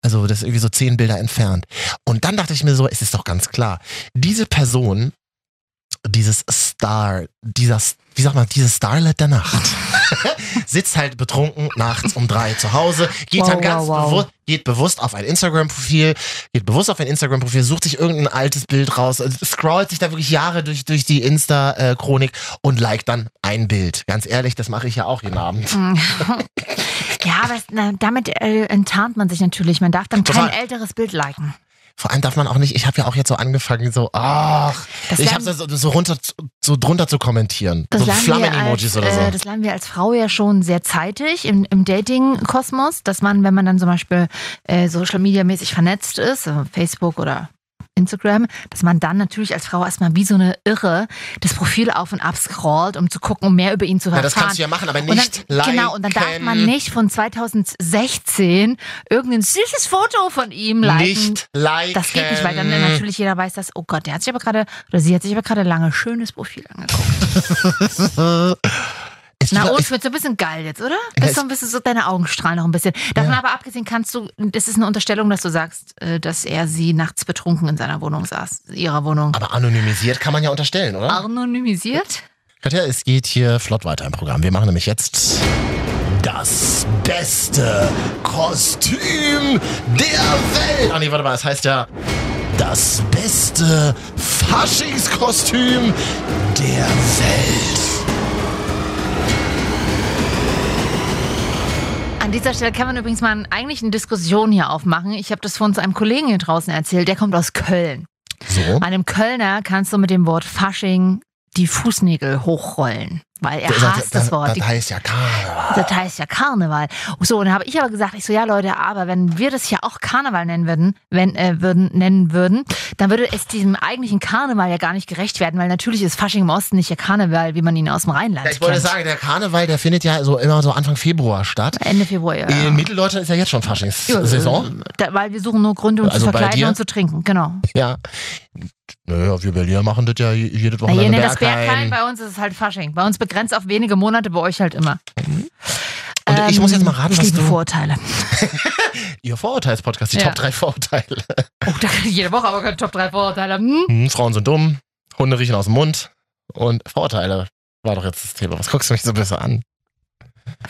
[SPEAKER 8] Also das ist irgendwie so zehn Bilder entfernt. Und dann dachte ich mir so, es ist doch ganz klar, diese Person, dieses Star, dieser, wie sagt man, dieses Starlet der Nacht, sitzt halt betrunken nachts um drei zu Hause, geht
[SPEAKER 4] Wow,
[SPEAKER 8] dann ganz
[SPEAKER 4] wow, wow.
[SPEAKER 8] bewusst, geht bewusst auf ein Instagram-Profil, geht bewusst auf ein Instagram-Profil, sucht sich irgendein altes Bild raus, äh, scrollt sich da wirklich Jahre durch, durch die Insta-Chronik und liked dann ein Bild. Ganz ehrlich, das mache ich ja auch jeden Abend.
[SPEAKER 4] Ja, aber es, na, damit äh, enttarnt man sich natürlich. Man darf dann kein
[SPEAKER 8] Total.
[SPEAKER 4] älteres Bild liken.
[SPEAKER 8] Vor allem darf man auch nicht, ich habe ja auch jetzt so angefangen, so, ach,
[SPEAKER 4] Das
[SPEAKER 8] ich habe
[SPEAKER 4] lernen-
[SPEAKER 8] so, so- so runter, so drunter zu kommentieren.
[SPEAKER 4] Das
[SPEAKER 8] so
[SPEAKER 4] lernen wir
[SPEAKER 8] Flammen-Emojis
[SPEAKER 4] als,
[SPEAKER 8] oder so.
[SPEAKER 4] Äh, das lernen wir als Frau ja schon sehr zeitig im, im Dating-Kosmos, dass man, wenn man dann zum Beispiel äh, Social Media-mäßig vernetzt ist, also Facebook oder Instagram, dass man dann natürlich als Frau erstmal wie so eine Irre das Profil auf und ab scrollt, um zu gucken, um mehr über ihn zu erfahren.
[SPEAKER 8] ja, das kannst du ja machen, aber
[SPEAKER 4] Und
[SPEAKER 8] nicht
[SPEAKER 4] dann,
[SPEAKER 8] liken.
[SPEAKER 4] Genau, und dann darf man nicht von 2016 irgendein süßes Foto von ihm liken.
[SPEAKER 8] Nicht liken.
[SPEAKER 4] Das geht nicht, weil dann natürlich jeder weiß, dass, oh Gott, der hat sich aber gerade, oder sie hat sich aber gerade lange schönes Profil angeguckt.
[SPEAKER 8] Es-
[SPEAKER 4] Na,
[SPEAKER 8] ich,
[SPEAKER 4] uns wird so ein bisschen geil jetzt, oder? Bist so ein bisschen so, deine Augen strahlen noch ein bisschen. Davon aber abgesehen kannst du, das ist eine Unterstellung, dass du sagst, äh, dass er sie nachts betrunken in seiner Wohnung saß, ihrer Wohnung.
[SPEAKER 8] aber anonymisiert kann man ja unterstellen, oder?
[SPEAKER 4] Anonymisiert?
[SPEAKER 8] Katja, es geht hier flott weiter im Programm. Wir machen nämlich jetzt das beste Kostüm der Welt. Ah nee, warte mal, es heißt ja das beste Faschingskostüm der Welt.
[SPEAKER 4] An dieser Stelle kann man übrigens mal einen- eigentlich eine Diskussion hier aufmachen. Ich habe das vorhin zu einem Kollegen hier draußen erzählt, der kommt aus Köln.
[SPEAKER 8] So.
[SPEAKER 4] Einem Kölner kannst du mit dem Wort Fasching die Fußnägel hochrollen, weil er hasst das Wort. Die
[SPEAKER 8] Das heißt ja Karneval.
[SPEAKER 4] Das heißt ja Karneval. So, und da habe ich aber gesagt, ich so, ja Leute, aber wenn wir das ja auch Karneval nennen würden, wenn, äh, würden, nennen würden, dann würde es diesem eigentlichen Karneval ja gar nicht gerecht werden, weil natürlich ist Fasching im Osten nicht ja Karneval, wie man ihn aus dem Rheinland
[SPEAKER 8] Ja, ich wollte
[SPEAKER 4] kennt.
[SPEAKER 8] sagen, der Karneval, der findet ja so immer so Anfang Februar statt.
[SPEAKER 4] Ende Februar, ja.
[SPEAKER 8] In Mitteldeutschland ist Äh, ja jetzt schon Faschingssaison.
[SPEAKER 4] Da, weil wir suchen nur Gründe, um
[SPEAKER 8] Also
[SPEAKER 4] zu
[SPEAKER 8] bei
[SPEAKER 4] verkleiden
[SPEAKER 8] dir?
[SPEAKER 4] und zu trinken, genau.
[SPEAKER 8] Ja. Naja, wir Berliner machen das ja jedes
[SPEAKER 4] Na,
[SPEAKER 8] Wochenende.
[SPEAKER 4] ihr nennt das
[SPEAKER 8] Berghain.
[SPEAKER 4] Berghain, bei uns ist es halt Fasching. Bei uns begrenzt auf wenige Monate, bei euch halt immer.
[SPEAKER 8] Mhm. Und ich muss jetzt mal raten,
[SPEAKER 4] ich
[SPEAKER 8] was
[SPEAKER 4] liebe
[SPEAKER 8] du-
[SPEAKER 4] Vorurteile.
[SPEAKER 8] Ihr Vorurteils-Podcast, die
[SPEAKER 4] Ja.
[SPEAKER 8] Top 3 Vorurteile.
[SPEAKER 4] Oh, da kann ich jede Woche aber keine Top 3 Vorurteile. Hm?
[SPEAKER 8] Hm, Frauen sind dumm, Hunde riechen aus dem Mund und Vorurteile war doch jetzt das Thema. Was guckst du mich so besser an?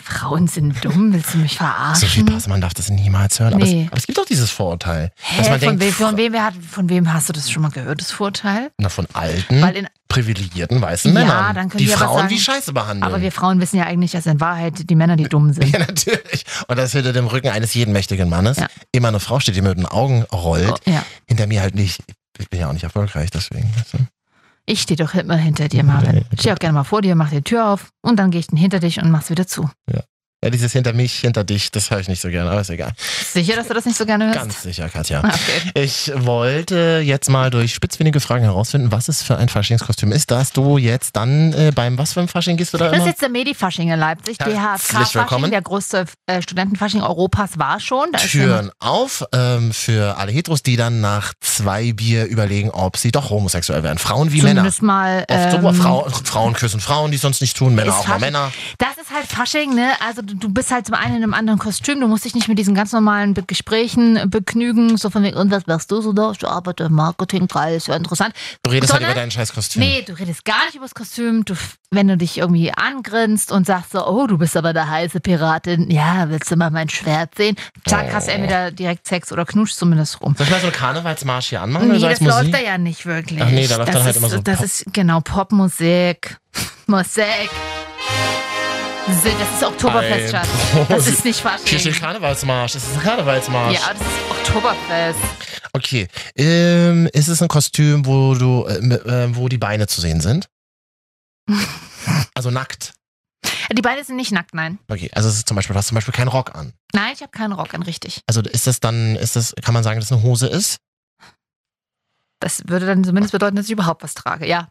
[SPEAKER 4] Frauen sind dumm, willst du mich verarschen?
[SPEAKER 8] Sophie Passmann darf das niemals hören. Aber,
[SPEAKER 4] hm. Nee.
[SPEAKER 8] es, aber es gibt doch dieses Vorurteil.
[SPEAKER 4] Hä,
[SPEAKER 8] dass man
[SPEAKER 4] von,
[SPEAKER 8] denkt,
[SPEAKER 4] wem, von,
[SPEAKER 8] Fra-
[SPEAKER 4] wem, wer hat, von wem hast du das schon mal gehört, das Vorteil?
[SPEAKER 8] Na, von alten,
[SPEAKER 4] Weil in,
[SPEAKER 8] privilegierten weißen
[SPEAKER 4] Ja,
[SPEAKER 8] Männern,
[SPEAKER 4] dann können
[SPEAKER 8] die
[SPEAKER 4] wir aber
[SPEAKER 8] Frauen
[SPEAKER 4] sagen-
[SPEAKER 8] wie Scheiße behandeln.
[SPEAKER 4] aber wir Frauen wissen ja eigentlich, dass in Wahrheit die Männer die Dummen sind.
[SPEAKER 8] Ja, natürlich. Und das hinter dem Rücken eines jeden mächtigen Mannes
[SPEAKER 4] Ja. Oh.
[SPEAKER 8] immer eine Frau steht, die mit den Augen rollt.
[SPEAKER 4] Ja.
[SPEAKER 8] Hinter mir halt nicht. Ich bin ja auch nicht erfolgreich, deswegen. weißt du.
[SPEAKER 4] Ich stehe doch immer hinter dir, Marvin. Steh auch gerne mal vor dir, mach die Tür auf und dann gehe ich hinter dich und mach's wieder zu.
[SPEAKER 8] Ja, dieses hinter mich, hinter dich, das höre ich nicht so gerne, aber ist egal.
[SPEAKER 4] Sicher, dass du das nicht so gerne hörst?
[SPEAKER 8] Ganz sicher, Katja.
[SPEAKER 4] Ah, Okay.
[SPEAKER 8] Ich wollte jetzt mal durch spitzfindige Fragen herausfinden, was es für ein Faschingskostüm ist, dass du jetzt dann äh, beim was für ein Fasching gehst du da
[SPEAKER 4] Das ist
[SPEAKER 8] immer?
[SPEAKER 4] jetzt der Medi-Fasching in Leipzig.
[SPEAKER 8] Herzlich
[SPEAKER 4] DHFK-Fasching,
[SPEAKER 8] willkommen.
[SPEAKER 4] der größte äh, Studentenfasching Europas war schon. Da ist nämlich-
[SPEAKER 8] Türen auf ähm, für alle Heteros, die dann nach zwei Bier überlegen, ob sie doch homosexuell werden. Frauen wie Männer.
[SPEAKER 4] Zumindest mal.
[SPEAKER 8] Oft
[SPEAKER 4] ähm,
[SPEAKER 8] so, Frau, Frauen küssen Frauen, die es sonst nicht tun, Männer
[SPEAKER 4] ist
[SPEAKER 8] auch mal
[SPEAKER 4] Fasching.
[SPEAKER 8] Männer.
[SPEAKER 4] Das ist halt Fasching, ne? Also du, du bist halt zum einen in einem anderen Kostüm, du musst dich nicht mit diesen ganz normalen Be Gesprächen begnügen, so von wegen, und was wärst du so da? Ich arbeite im Marketing, geil, ist ja interessant.
[SPEAKER 8] Du redest halt
[SPEAKER 4] Sondern-
[SPEAKER 8] über dein scheiß Kostüm.
[SPEAKER 4] Nee, du redest gar nicht über das Kostüm. Du, wenn du dich irgendwie angrinst und sagst so, oh, du bist aber der heiße Piratin, ja, willst du mal mein Schwert sehen? Zack,
[SPEAKER 8] Äh.
[SPEAKER 4] hast du entweder direkt Sex oder knutschst zumindest rum.
[SPEAKER 8] Soll ich mal so einen Karnevalsmarsch hier anmachen?
[SPEAKER 4] Nee,
[SPEAKER 8] oder so
[SPEAKER 4] das
[SPEAKER 8] als
[SPEAKER 4] läuft
[SPEAKER 8] Musik?
[SPEAKER 4] da ja nicht wirklich.
[SPEAKER 8] Ach nee, da läuft
[SPEAKER 4] das
[SPEAKER 8] dann halt
[SPEAKER 4] ist,
[SPEAKER 8] immer so
[SPEAKER 4] Das
[SPEAKER 8] Pop.
[SPEAKER 4] ist genau Popmusik. Musik. Das ist Oktoberfest,
[SPEAKER 8] Ein
[SPEAKER 4] Schatz. Das
[SPEAKER 8] Prosit.
[SPEAKER 4] ist nicht
[SPEAKER 8] Hier steht
[SPEAKER 4] Fasching.
[SPEAKER 8] Karnevalsmarsch. Es ist ein Karnevalsmarsch.
[SPEAKER 4] Ja, aber das ist Oktoberfest.
[SPEAKER 8] Okay. Ähm, ist es ein Kostüm, wo du, äh, m- äh, wo die Beine zu sehen sind? Also nackt.
[SPEAKER 4] Die Beine sind nicht nackt, nein.
[SPEAKER 8] Okay. Also es ist zum Beispiel, du hast zum Beispiel keinen Rock an.
[SPEAKER 4] Nein, ich habe keinen Rock an, richtig.
[SPEAKER 8] Also ist das dann, ist das, kann man sagen, dass es eine Hose ist?
[SPEAKER 4] Das würde dann zumindest bedeuten, dass ich überhaupt was trage. Ja,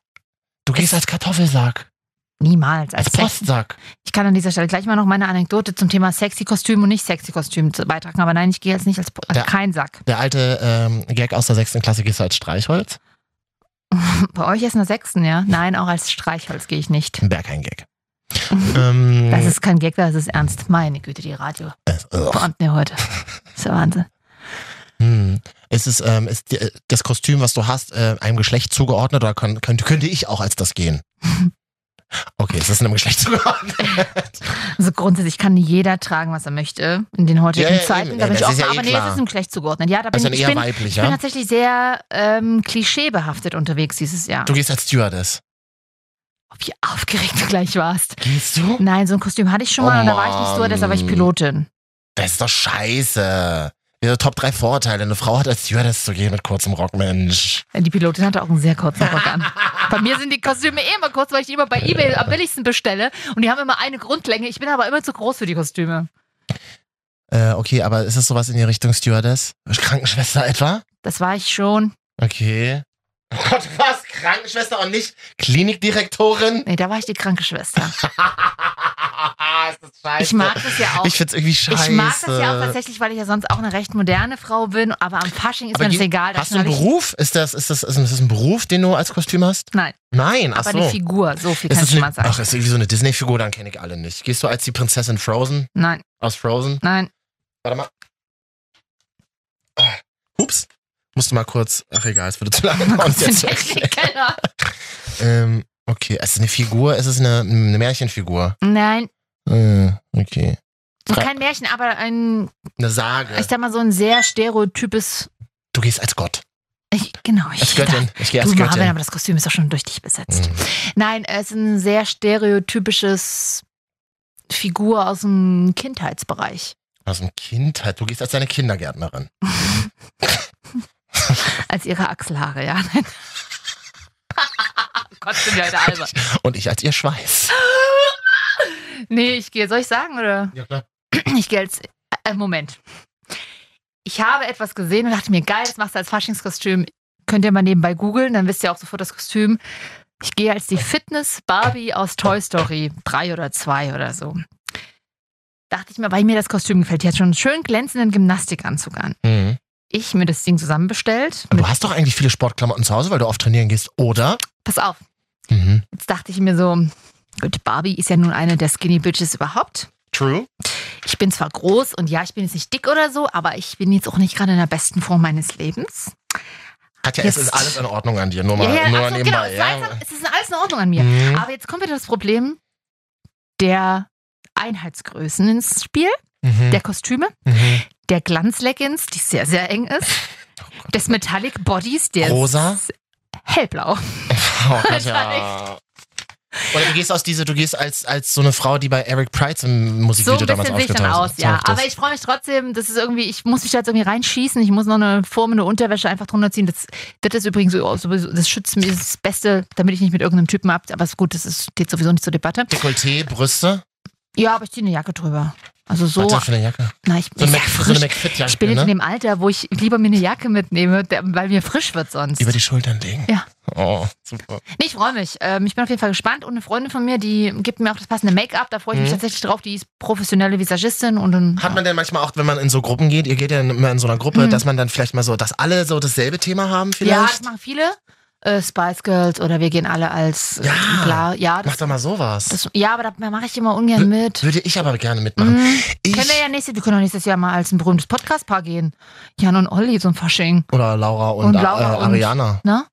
[SPEAKER 8] Du gehst als Kartoffelsack,
[SPEAKER 4] niemals.
[SPEAKER 8] als
[SPEAKER 4] Als Sex.
[SPEAKER 8] Postsack.
[SPEAKER 4] Ich kann an dieser Stelle gleich mal noch meine Anekdote zum Thema sexy Kostüm und nicht sexy Kostüm zu- beitragen. Aber nein, ich gehe jetzt nicht als, als
[SPEAKER 8] Ja.
[SPEAKER 4] kein Sack.
[SPEAKER 8] Der alte ähm, Gag aus der sechsten Klasse gehst du als Streichholz.
[SPEAKER 4] Bei euch ist in der sechsten, ja? Nein, auch als Streichholz gehe ich nicht.
[SPEAKER 8] Wäre kein Gag. ähm,
[SPEAKER 4] Das ist kein Gag, das ist ernst. Meine Güte, die Radio.
[SPEAKER 8] ugh.
[SPEAKER 4] Beamten ja heute. ist ja Wahnsinn.
[SPEAKER 8] Hm. Ist, es, ähm, ist die, das Kostüm, was du hast, äh, einem Geschlecht zugeordnet oder kann, könnte, könnte ich auch als das gehen? Okay, es ist einem Geschlecht zugeordnet.
[SPEAKER 4] Also grundsätzlich kann jeder tragen, was er möchte in den heutigen
[SPEAKER 8] Ja, ja,
[SPEAKER 4] Zeiten.
[SPEAKER 8] eben.
[SPEAKER 4] Da
[SPEAKER 8] Ja,
[SPEAKER 4] bin ich
[SPEAKER 8] das
[SPEAKER 4] auch
[SPEAKER 8] ist ja eh
[SPEAKER 4] aber nee, es
[SPEAKER 8] klar.
[SPEAKER 4] ist einem Geschlecht zugeordnet. Ja, da bin
[SPEAKER 8] Also
[SPEAKER 4] ich,
[SPEAKER 8] dann
[SPEAKER 4] ich
[SPEAKER 8] eher
[SPEAKER 4] bin,
[SPEAKER 8] weiblich,
[SPEAKER 4] ich bin
[SPEAKER 8] ja?
[SPEAKER 4] tatsächlich sehr ähm, klischeebehaftet unterwegs dieses Jahr.
[SPEAKER 8] Du gehst als Stewardess.
[SPEAKER 4] Ob wie aufgeregt du gleich warst.
[SPEAKER 8] Gehst du?
[SPEAKER 4] Nein, so ein Kostüm hatte ich schon mal
[SPEAKER 8] Oh
[SPEAKER 4] und da war ich nicht so, das war ich
[SPEAKER 8] Mann.
[SPEAKER 4] Pilotin.
[SPEAKER 8] Das ist doch scheiße. Ihre Top 3 Vorurteile. Eine Frau hat als Stewardess zu gehen mit kurzem Rock, Mensch.
[SPEAKER 4] Äh, Die Pilotin hatte auch einen sehr kurzen Rock an. Bei mir sind die Kostüme eh immer kurz, weil ich die immer bei Ebay am billigsten bestelle und die haben immer eine Grundlänge. Ich bin aber immer zu groß für die Kostüme.
[SPEAKER 8] Äh, okay, aber ist das sowas in die Richtung Stewardess? Krankenschwester etwa?
[SPEAKER 4] Das war ich schon.
[SPEAKER 8] Okay. Oh Gott, was? Krankenschwester und nicht Klinikdirektorin?
[SPEAKER 4] Nee, da war ich die kranke Schwester.
[SPEAKER 8] ist das scheiße.
[SPEAKER 4] Ich mag das ja auch.
[SPEAKER 8] Ich find's irgendwie scheiße.
[SPEAKER 4] Ich mag das ja auch tatsächlich, weil ich ja sonst auch eine recht moderne Frau bin, aber am Fasching ist
[SPEAKER 8] Aber
[SPEAKER 4] mir das
[SPEAKER 8] je-
[SPEAKER 4] egal. da
[SPEAKER 8] Hast du einen
[SPEAKER 4] knall ich-
[SPEAKER 8] Beruf? Ist das, ist, das, ist das ein Beruf, den du als Kostüm hast?
[SPEAKER 4] Nein,
[SPEAKER 8] Nein, ach
[SPEAKER 4] aber
[SPEAKER 8] so.
[SPEAKER 4] eine Figur, so viel
[SPEAKER 8] Ist
[SPEAKER 4] kann
[SPEAKER 8] das
[SPEAKER 4] ich schon mal
[SPEAKER 8] eine,
[SPEAKER 4] sagen.
[SPEAKER 8] ach, ist irgendwie so eine Disney-Figur, dann kenne ich alle nicht. Gehst du als die Prinzessin Frozen
[SPEAKER 4] Nein,
[SPEAKER 8] aus Frozen?
[SPEAKER 4] nein.
[SPEAKER 8] Warte mal. Ah, ups. Musste mal kurz. Ach egal, es würde zu lange
[SPEAKER 4] Mal
[SPEAKER 8] dauern.
[SPEAKER 4] kurz den
[SPEAKER 8] jetzt zu erklären.
[SPEAKER 4] Techniker.
[SPEAKER 8] Ähm, okay, es ist eine Figur, es ist eine, eine Märchenfigur.
[SPEAKER 4] Nein,
[SPEAKER 8] Äh, okay.
[SPEAKER 4] kein Märchen, aber ein,
[SPEAKER 8] Eine Sage.
[SPEAKER 4] ich sag mal so ein sehr stereotypes.
[SPEAKER 8] Du gehst als Gott.
[SPEAKER 4] Ich, genau, ich
[SPEAKER 8] Als Göttin. Ich gehe
[SPEAKER 4] Du
[SPEAKER 8] als
[SPEAKER 4] Marvin,
[SPEAKER 8] Göttin.
[SPEAKER 4] aber das Kostüm ist doch schon durch dich besetzt.
[SPEAKER 8] Mhm.
[SPEAKER 4] Nein, es ist ein sehr stereotypisches Figur aus dem Kindheitsbereich.
[SPEAKER 8] Aus dem Kindheit. Du gehst als deine Kindergärtnerin.
[SPEAKER 4] Als ihre Achselhaare, ja. Nein. Gott, sind die heute albern.
[SPEAKER 8] Und ich als ihr Schweiß.
[SPEAKER 4] Nee, ich gehe, soll ich sagen, oder?
[SPEAKER 8] Ja, klar.
[SPEAKER 4] Ich gehe als. Äh, Moment. Ich habe etwas gesehen und dachte mir, geil, das machst du als Faschingskostüm. Könnt ihr mal nebenbei googeln, dann wisst ihr auch sofort das Kostüm. Ich gehe als die Fitness Barbie aus Toy Story 3 oder 2 oder so. Dachte ich mir, weil mir das Kostüm gefällt. Die hat schon einen schön glänzenden Gymnastikanzug an.
[SPEAKER 8] Mhm.
[SPEAKER 4] Ich mir das Ding zusammen bestellt.
[SPEAKER 8] Aber Du hast doch eigentlich viele Sportklamotten zu Hause, weil du oft trainieren gehst, oder?
[SPEAKER 4] Pass auf,
[SPEAKER 8] Mhm.
[SPEAKER 4] jetzt dachte ich mir so, gut, Barbie ist ja nun eine der Skinny Bitches überhaupt.
[SPEAKER 8] True.
[SPEAKER 4] Ich bin zwar groß und ja, ich bin jetzt nicht dick oder so, aber ich bin jetzt auch nicht gerade in der besten Form meines Lebens.
[SPEAKER 8] Katja, es
[SPEAKER 4] Jetzt-
[SPEAKER 8] ist alles in Ordnung an dir, nur mal,
[SPEAKER 4] ja,
[SPEAKER 8] nur
[SPEAKER 4] ach so, genau,
[SPEAKER 8] nebenbei.
[SPEAKER 4] es, ist
[SPEAKER 8] ja.
[SPEAKER 4] alles, es ist alles in Ordnung an mir.
[SPEAKER 8] Mhm.
[SPEAKER 4] Aber jetzt kommt wieder das Problem der Einheitsgrößen ins Spiel,
[SPEAKER 8] Mhm.
[SPEAKER 4] der Kostüme,
[SPEAKER 8] Mhm.
[SPEAKER 4] der Glanzleggings, die sehr, sehr eng ist,
[SPEAKER 8] Oh
[SPEAKER 4] des Metallic Bodies, der
[SPEAKER 8] Rosa?
[SPEAKER 4] ist hellblau.
[SPEAKER 8] Oh, Katja. Oder du gehst aus diese, du gehst als, als so eine Frau, die bei Eric Prides im
[SPEAKER 4] So
[SPEAKER 8] Musikvideo
[SPEAKER 4] ein
[SPEAKER 8] damals
[SPEAKER 4] bisschen sehe ich dann aus,
[SPEAKER 8] aufgetaucht ist.
[SPEAKER 4] ja. Aber ich freue mich trotzdem, das ist irgendwie, ich muss mich da jetzt irgendwie reinschießen, ich muss noch eine Form, eine Unterwäsche einfach drunter ziehen. Das, das ist übrigens so- sowieso, das schützt mich das, ist das Beste, damit ich nicht mit irgendeinem Typen ab, aber ist gut, das ist, steht sowieso nicht zur Debatte.
[SPEAKER 8] Dekolleté, Brüste.
[SPEAKER 4] Ja, aber ich ziehe eine Jacke drüber. Also so,
[SPEAKER 8] Was ist das für eine Jacke?
[SPEAKER 4] na, ich,
[SPEAKER 8] So eine,
[SPEAKER 4] ja,
[SPEAKER 8] Mac, so
[SPEAKER 4] frisch.
[SPEAKER 8] eine McFit-Jacke,
[SPEAKER 4] ich bin jetzt
[SPEAKER 8] ne?
[SPEAKER 4] in dem Alter, wo ich lieber mir eine Jacke mitnehme, der, weil mir frisch wird sonst.
[SPEAKER 8] Über die Schultern legen.
[SPEAKER 4] Ja.
[SPEAKER 8] Oh, super.
[SPEAKER 4] Nee, ich freue mich. Ähm, ich bin auf jeden Fall gespannt. Und eine Freundin von mir, die gibt mir auch das passende Make-up. Da freue ich mich
[SPEAKER 8] Mhm.
[SPEAKER 4] tatsächlich drauf. Die ist professionelle Visagistin und dann.
[SPEAKER 8] Hat man denn manchmal auch, wenn man in so Gruppen geht, ihr geht ja immer in so einer Gruppe,
[SPEAKER 4] Mhm.
[SPEAKER 8] dass man dann vielleicht mal so, dass alle so dasselbe Thema haben
[SPEAKER 4] ja, das
[SPEAKER 8] vielleicht?
[SPEAKER 4] machen viele. Äh, Spice Girls oder wir gehen alle als
[SPEAKER 8] Ja.
[SPEAKER 4] klar. Ja,
[SPEAKER 8] Mach
[SPEAKER 4] das,
[SPEAKER 8] doch mal sowas.
[SPEAKER 4] das, ja, aber da mache ich immer ungern mit.
[SPEAKER 8] Würde ich aber gerne mitmachen.
[SPEAKER 4] Mhm.
[SPEAKER 8] Ich
[SPEAKER 4] Können wir ja nächstes, wir können auch nächstes Jahr mal als ein berühmtes Podcast-Paar gehen. Jan und Olli, so ein Fasching.
[SPEAKER 8] oder Laura und,
[SPEAKER 4] Und Laura
[SPEAKER 8] äh,
[SPEAKER 4] und- ne?
[SPEAKER 8] Ariana.
[SPEAKER 4] Na?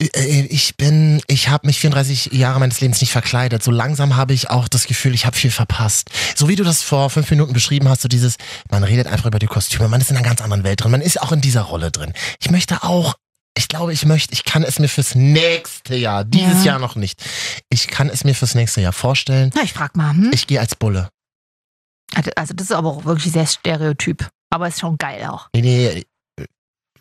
[SPEAKER 8] Äh, äh, Ich bin, ich habe mich 34 Jahre meines Lebens nicht verkleidet. So langsam habe ich auch das Gefühl, ich habe viel verpasst. So wie du das vor fünf Minuten beschrieben hast, so dieses, man redet einfach über die Kostüme, man ist in einer ganz anderen Welt drin, man ist auch in dieser Rolle drin. Ich möchte auch, ich glaube, ich möchte, ich kann es mir fürs nächste Jahr, dieses
[SPEAKER 4] Ja.
[SPEAKER 8] Jahr noch nicht, ich kann es mir fürs nächste Jahr vorstellen.
[SPEAKER 4] Na, ich frag mal. Hm?
[SPEAKER 8] Ich gehe als Bulle.
[SPEAKER 4] Also, das ist aber auch wirklich sehr stereotyp. Aber ist schon geil auch.
[SPEAKER 8] Nee, nee.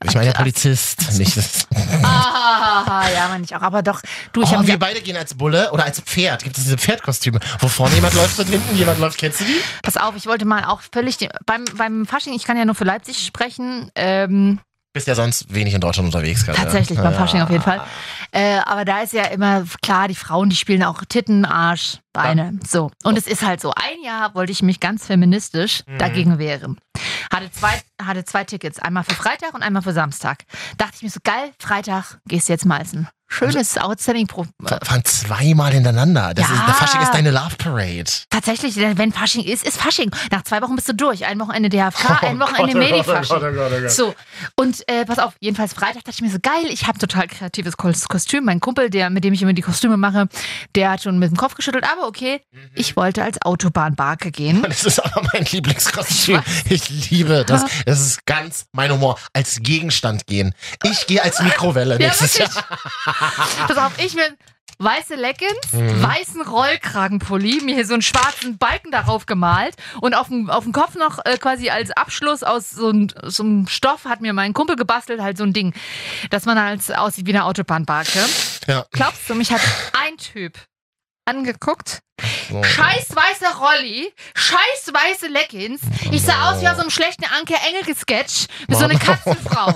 [SPEAKER 8] Ich meine, der
[SPEAKER 4] Ach,
[SPEAKER 8] Polizist. Nicht das.
[SPEAKER 4] Ah, ja, meine ich auch. Aber doch, du, ich
[SPEAKER 8] oh,
[SPEAKER 4] habe
[SPEAKER 8] wir beide gehen als Bulle oder als Pferd. Gibt es diese Pferdkostüme, wo vorne jemand läuft und hinten jemand läuft? Kennst du die?
[SPEAKER 4] Pass auf, ich wollte mal auch völlig den- beim, beim Fasching, ich kann ja nur für Leipzig sprechen, ähm,
[SPEAKER 8] Bist ja sonst wenig in Deutschland unterwegs gerade.
[SPEAKER 4] Tatsächlich, beim Fasching auf jeden Fall. äh, aber da ist ja immer klar, die Frauen, die spielen auch Titten, Arsch, Beine. So. Und es ist halt so. Ein Jahr wollte ich mich ganz feministisch dagegen wehren. Hatte zwei, hatte zwei Tickets, einmal für Freitag und einmal für Samstag. Dachte ich mir so, geil, Freitag gehst du jetzt mal essen. Schönes Outstanding Pro. Äh,
[SPEAKER 8] Fahren zweimal hintereinander. Das
[SPEAKER 4] Ja.
[SPEAKER 8] ist, der Fasching ist deine Love Parade.
[SPEAKER 4] tatsächlich, wenn Fasching ist, ist Fasching. Nach zwei Wochen bist du durch. Ein Wochenende DHFK,
[SPEAKER 8] Oh
[SPEAKER 4] ein Wochenende Medi-Fasching. So, und äh, pass auf, jedenfalls Freitag dachte ich mir so, geil, ich habe total kreatives Kos- Kostüm. Mein Kumpel, der, mit dem ich immer die Kostüme mache, der hat schon mit dem Kopf geschüttelt, aber okay, ich wollte als Autobahnbarke gehen.
[SPEAKER 8] Das ist aber mein Lieblingskostüm. Ich liebe das. Das ist ganz mein Humor. Als Gegenstand gehen. Ich gehe als Mikrowelle
[SPEAKER 4] Ja,
[SPEAKER 8] nächstes Jahr.
[SPEAKER 4] wirklich. pass auf, ich mit weiße Leggings, weißen Rollkragenpulli, mir hier so einen schwarzen Balken darauf gemalt und auf dem, auf dem Kopf noch äh, quasi als Abschluss aus so, ein, so einem Stoff hat mir mein Kumpel gebastelt, halt so ein Ding, dass man als aussieht wie eine Autobahnbarke.
[SPEAKER 8] Ja.
[SPEAKER 4] Glaubst du, mich hat ein Typ angeguckt,
[SPEAKER 8] So.
[SPEAKER 4] Scheiß weißer Rolli, scheiß weiße Leggings. Ich sah aus wie aus so einem schlechten Anke Engelke-Sketch mit so einer Katzenfrau.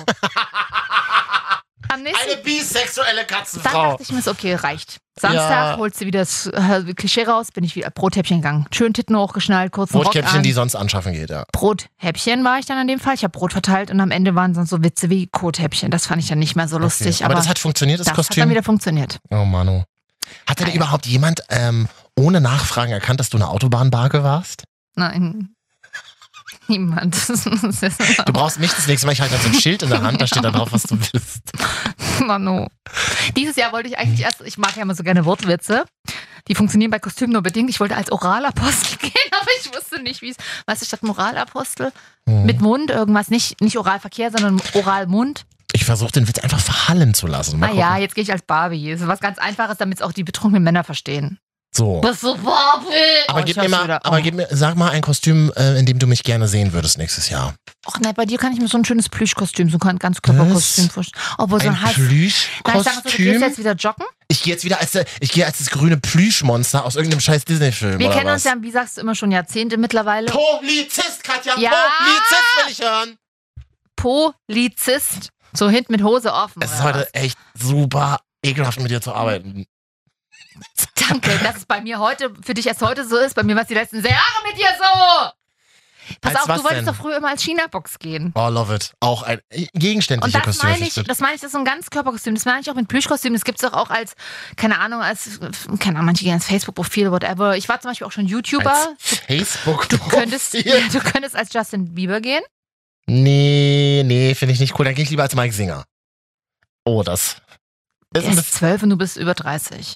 [SPEAKER 4] Am
[SPEAKER 8] Eine
[SPEAKER 4] nächsten
[SPEAKER 8] bisexuelle
[SPEAKER 4] dann
[SPEAKER 8] Katzenfrau.
[SPEAKER 4] dachte ich mir so, okay, reicht. Samstag
[SPEAKER 8] Ja.
[SPEAKER 4] holst du wieder das äh, Klischee raus, bin ich wieder Brothäppchen gegangen. Schön Titten hochgeschnallt, kurzen Rock
[SPEAKER 8] Rotkäppchen,
[SPEAKER 4] an.
[SPEAKER 8] die sonst anschaffen geht, ja.
[SPEAKER 4] Brothäppchen war ich dann in dem Fall. Ich habe Brot verteilt und am Ende waren sonst so Witze wie Kothäppchen. Das fand ich dann nicht mehr so lustig.
[SPEAKER 8] Okay. Aber, das hat funktioniert, das,
[SPEAKER 4] das hat
[SPEAKER 8] Kostüm.
[SPEAKER 4] dann wieder funktioniert.
[SPEAKER 8] oh Manu. Hat denn
[SPEAKER 4] Nein.
[SPEAKER 8] überhaupt jemand ähm, ohne Nachfragen erkannt, dass du eine Autobahnbarke warst?
[SPEAKER 4] Nein. Niemand. Das ist-
[SPEAKER 8] Du brauchst mich das nächste Mal. Ich halte halt so ein Schild in der Hand, da steht dann drauf, was du bist.
[SPEAKER 4] Manu. Dieses Jahr wollte ich eigentlich erst, ich mag ja immer so gerne Wortwitze. Die funktionieren bei Kostümen nur bedingt. Ich wollte als Oralapostel gehen, aber ich wusste nicht, wie es. Weißt du, statt Moralapostel?
[SPEAKER 8] Mhm.
[SPEAKER 4] Mit Mund irgendwas, nicht, nicht Oralverkehr, sondern Oralmund.
[SPEAKER 8] Ich versuche den Witz einfach verhallen zu lassen. Mal
[SPEAKER 4] Ah ja,
[SPEAKER 8] gucken.
[SPEAKER 4] jetzt gehe ich als Barbie. Das ist was ganz Einfaches, damit es auch die betrunkenen Männer verstehen.
[SPEAKER 8] So.
[SPEAKER 4] Was so Barbie!
[SPEAKER 8] Aber
[SPEAKER 4] oh, ich
[SPEAKER 8] gib mir
[SPEAKER 4] hab's
[SPEAKER 8] mal,
[SPEAKER 4] wieder.
[SPEAKER 8] aber
[SPEAKER 4] oh.
[SPEAKER 8] gib mir, sag mal ein Kostüm, äh, in dem du mich gerne sehen würdest nächstes Jahr.
[SPEAKER 4] Och nein, bei dir kann ich mir so ein schönes Plüschkostüm, so ein ganz Körperkostüm
[SPEAKER 8] Was?
[SPEAKER 4] vorstellen. Obwohl so
[SPEAKER 8] Ein
[SPEAKER 4] ein heiß. Nein, ich sag mal so, du gehst
[SPEAKER 8] Plüschkostüm.
[SPEAKER 4] jetzt wieder joggen.
[SPEAKER 8] Ich gehe jetzt wieder als der, ich gehe als das grüne Plüschmonster aus irgendeinem scheiß Disney-Film.
[SPEAKER 4] Wir
[SPEAKER 8] oder
[SPEAKER 4] kennen
[SPEAKER 8] was?
[SPEAKER 4] uns ja, wie sagst du immer schon, Jahrzehnte mittlerweile.
[SPEAKER 8] Polizist, Katja,
[SPEAKER 4] Ja.
[SPEAKER 8] Polizist will ich hören.
[SPEAKER 4] Polizist. So hinten mit Hose offen.
[SPEAKER 8] Es ist
[SPEAKER 4] oder
[SPEAKER 8] heute echt super ekelhaft, mit dir zu arbeiten.
[SPEAKER 4] was? Danke, dass es bei mir heute, für dich erst heute so ist. Bei mir war es die letzten sehr Jahre mit dir so. Pass
[SPEAKER 8] Als
[SPEAKER 4] auf,
[SPEAKER 8] was
[SPEAKER 4] du wolltest
[SPEAKER 8] denn?
[SPEAKER 4] doch früher immer als China-Box gehen.
[SPEAKER 8] Oh, love it. Auch ein äh,
[SPEAKER 4] Und
[SPEAKER 8] gegenständlicher
[SPEAKER 4] das
[SPEAKER 8] Kostüm.
[SPEAKER 4] meine ich, das meine ich, das ist so ein ganz Körperkostüm. Das meine ich auch mit Plüschkostümen. Das gibt es doch auch als, keine Ahnung, als, keine Ahnung, manche gehen als Facebook-Profil, whatever. Ich war zum Beispiel auch schon YouTuber.
[SPEAKER 8] Als Facebook.
[SPEAKER 4] Du könntest, ja, du könntest als Justin Bieber gehen.
[SPEAKER 8] Nee, nee, finde ich nicht cool. Dann gehe ich lieber als Mike Singer. Oh, das. das
[SPEAKER 4] Er
[SPEAKER 8] ist ein
[SPEAKER 4] ist zwölf und du bist über 30.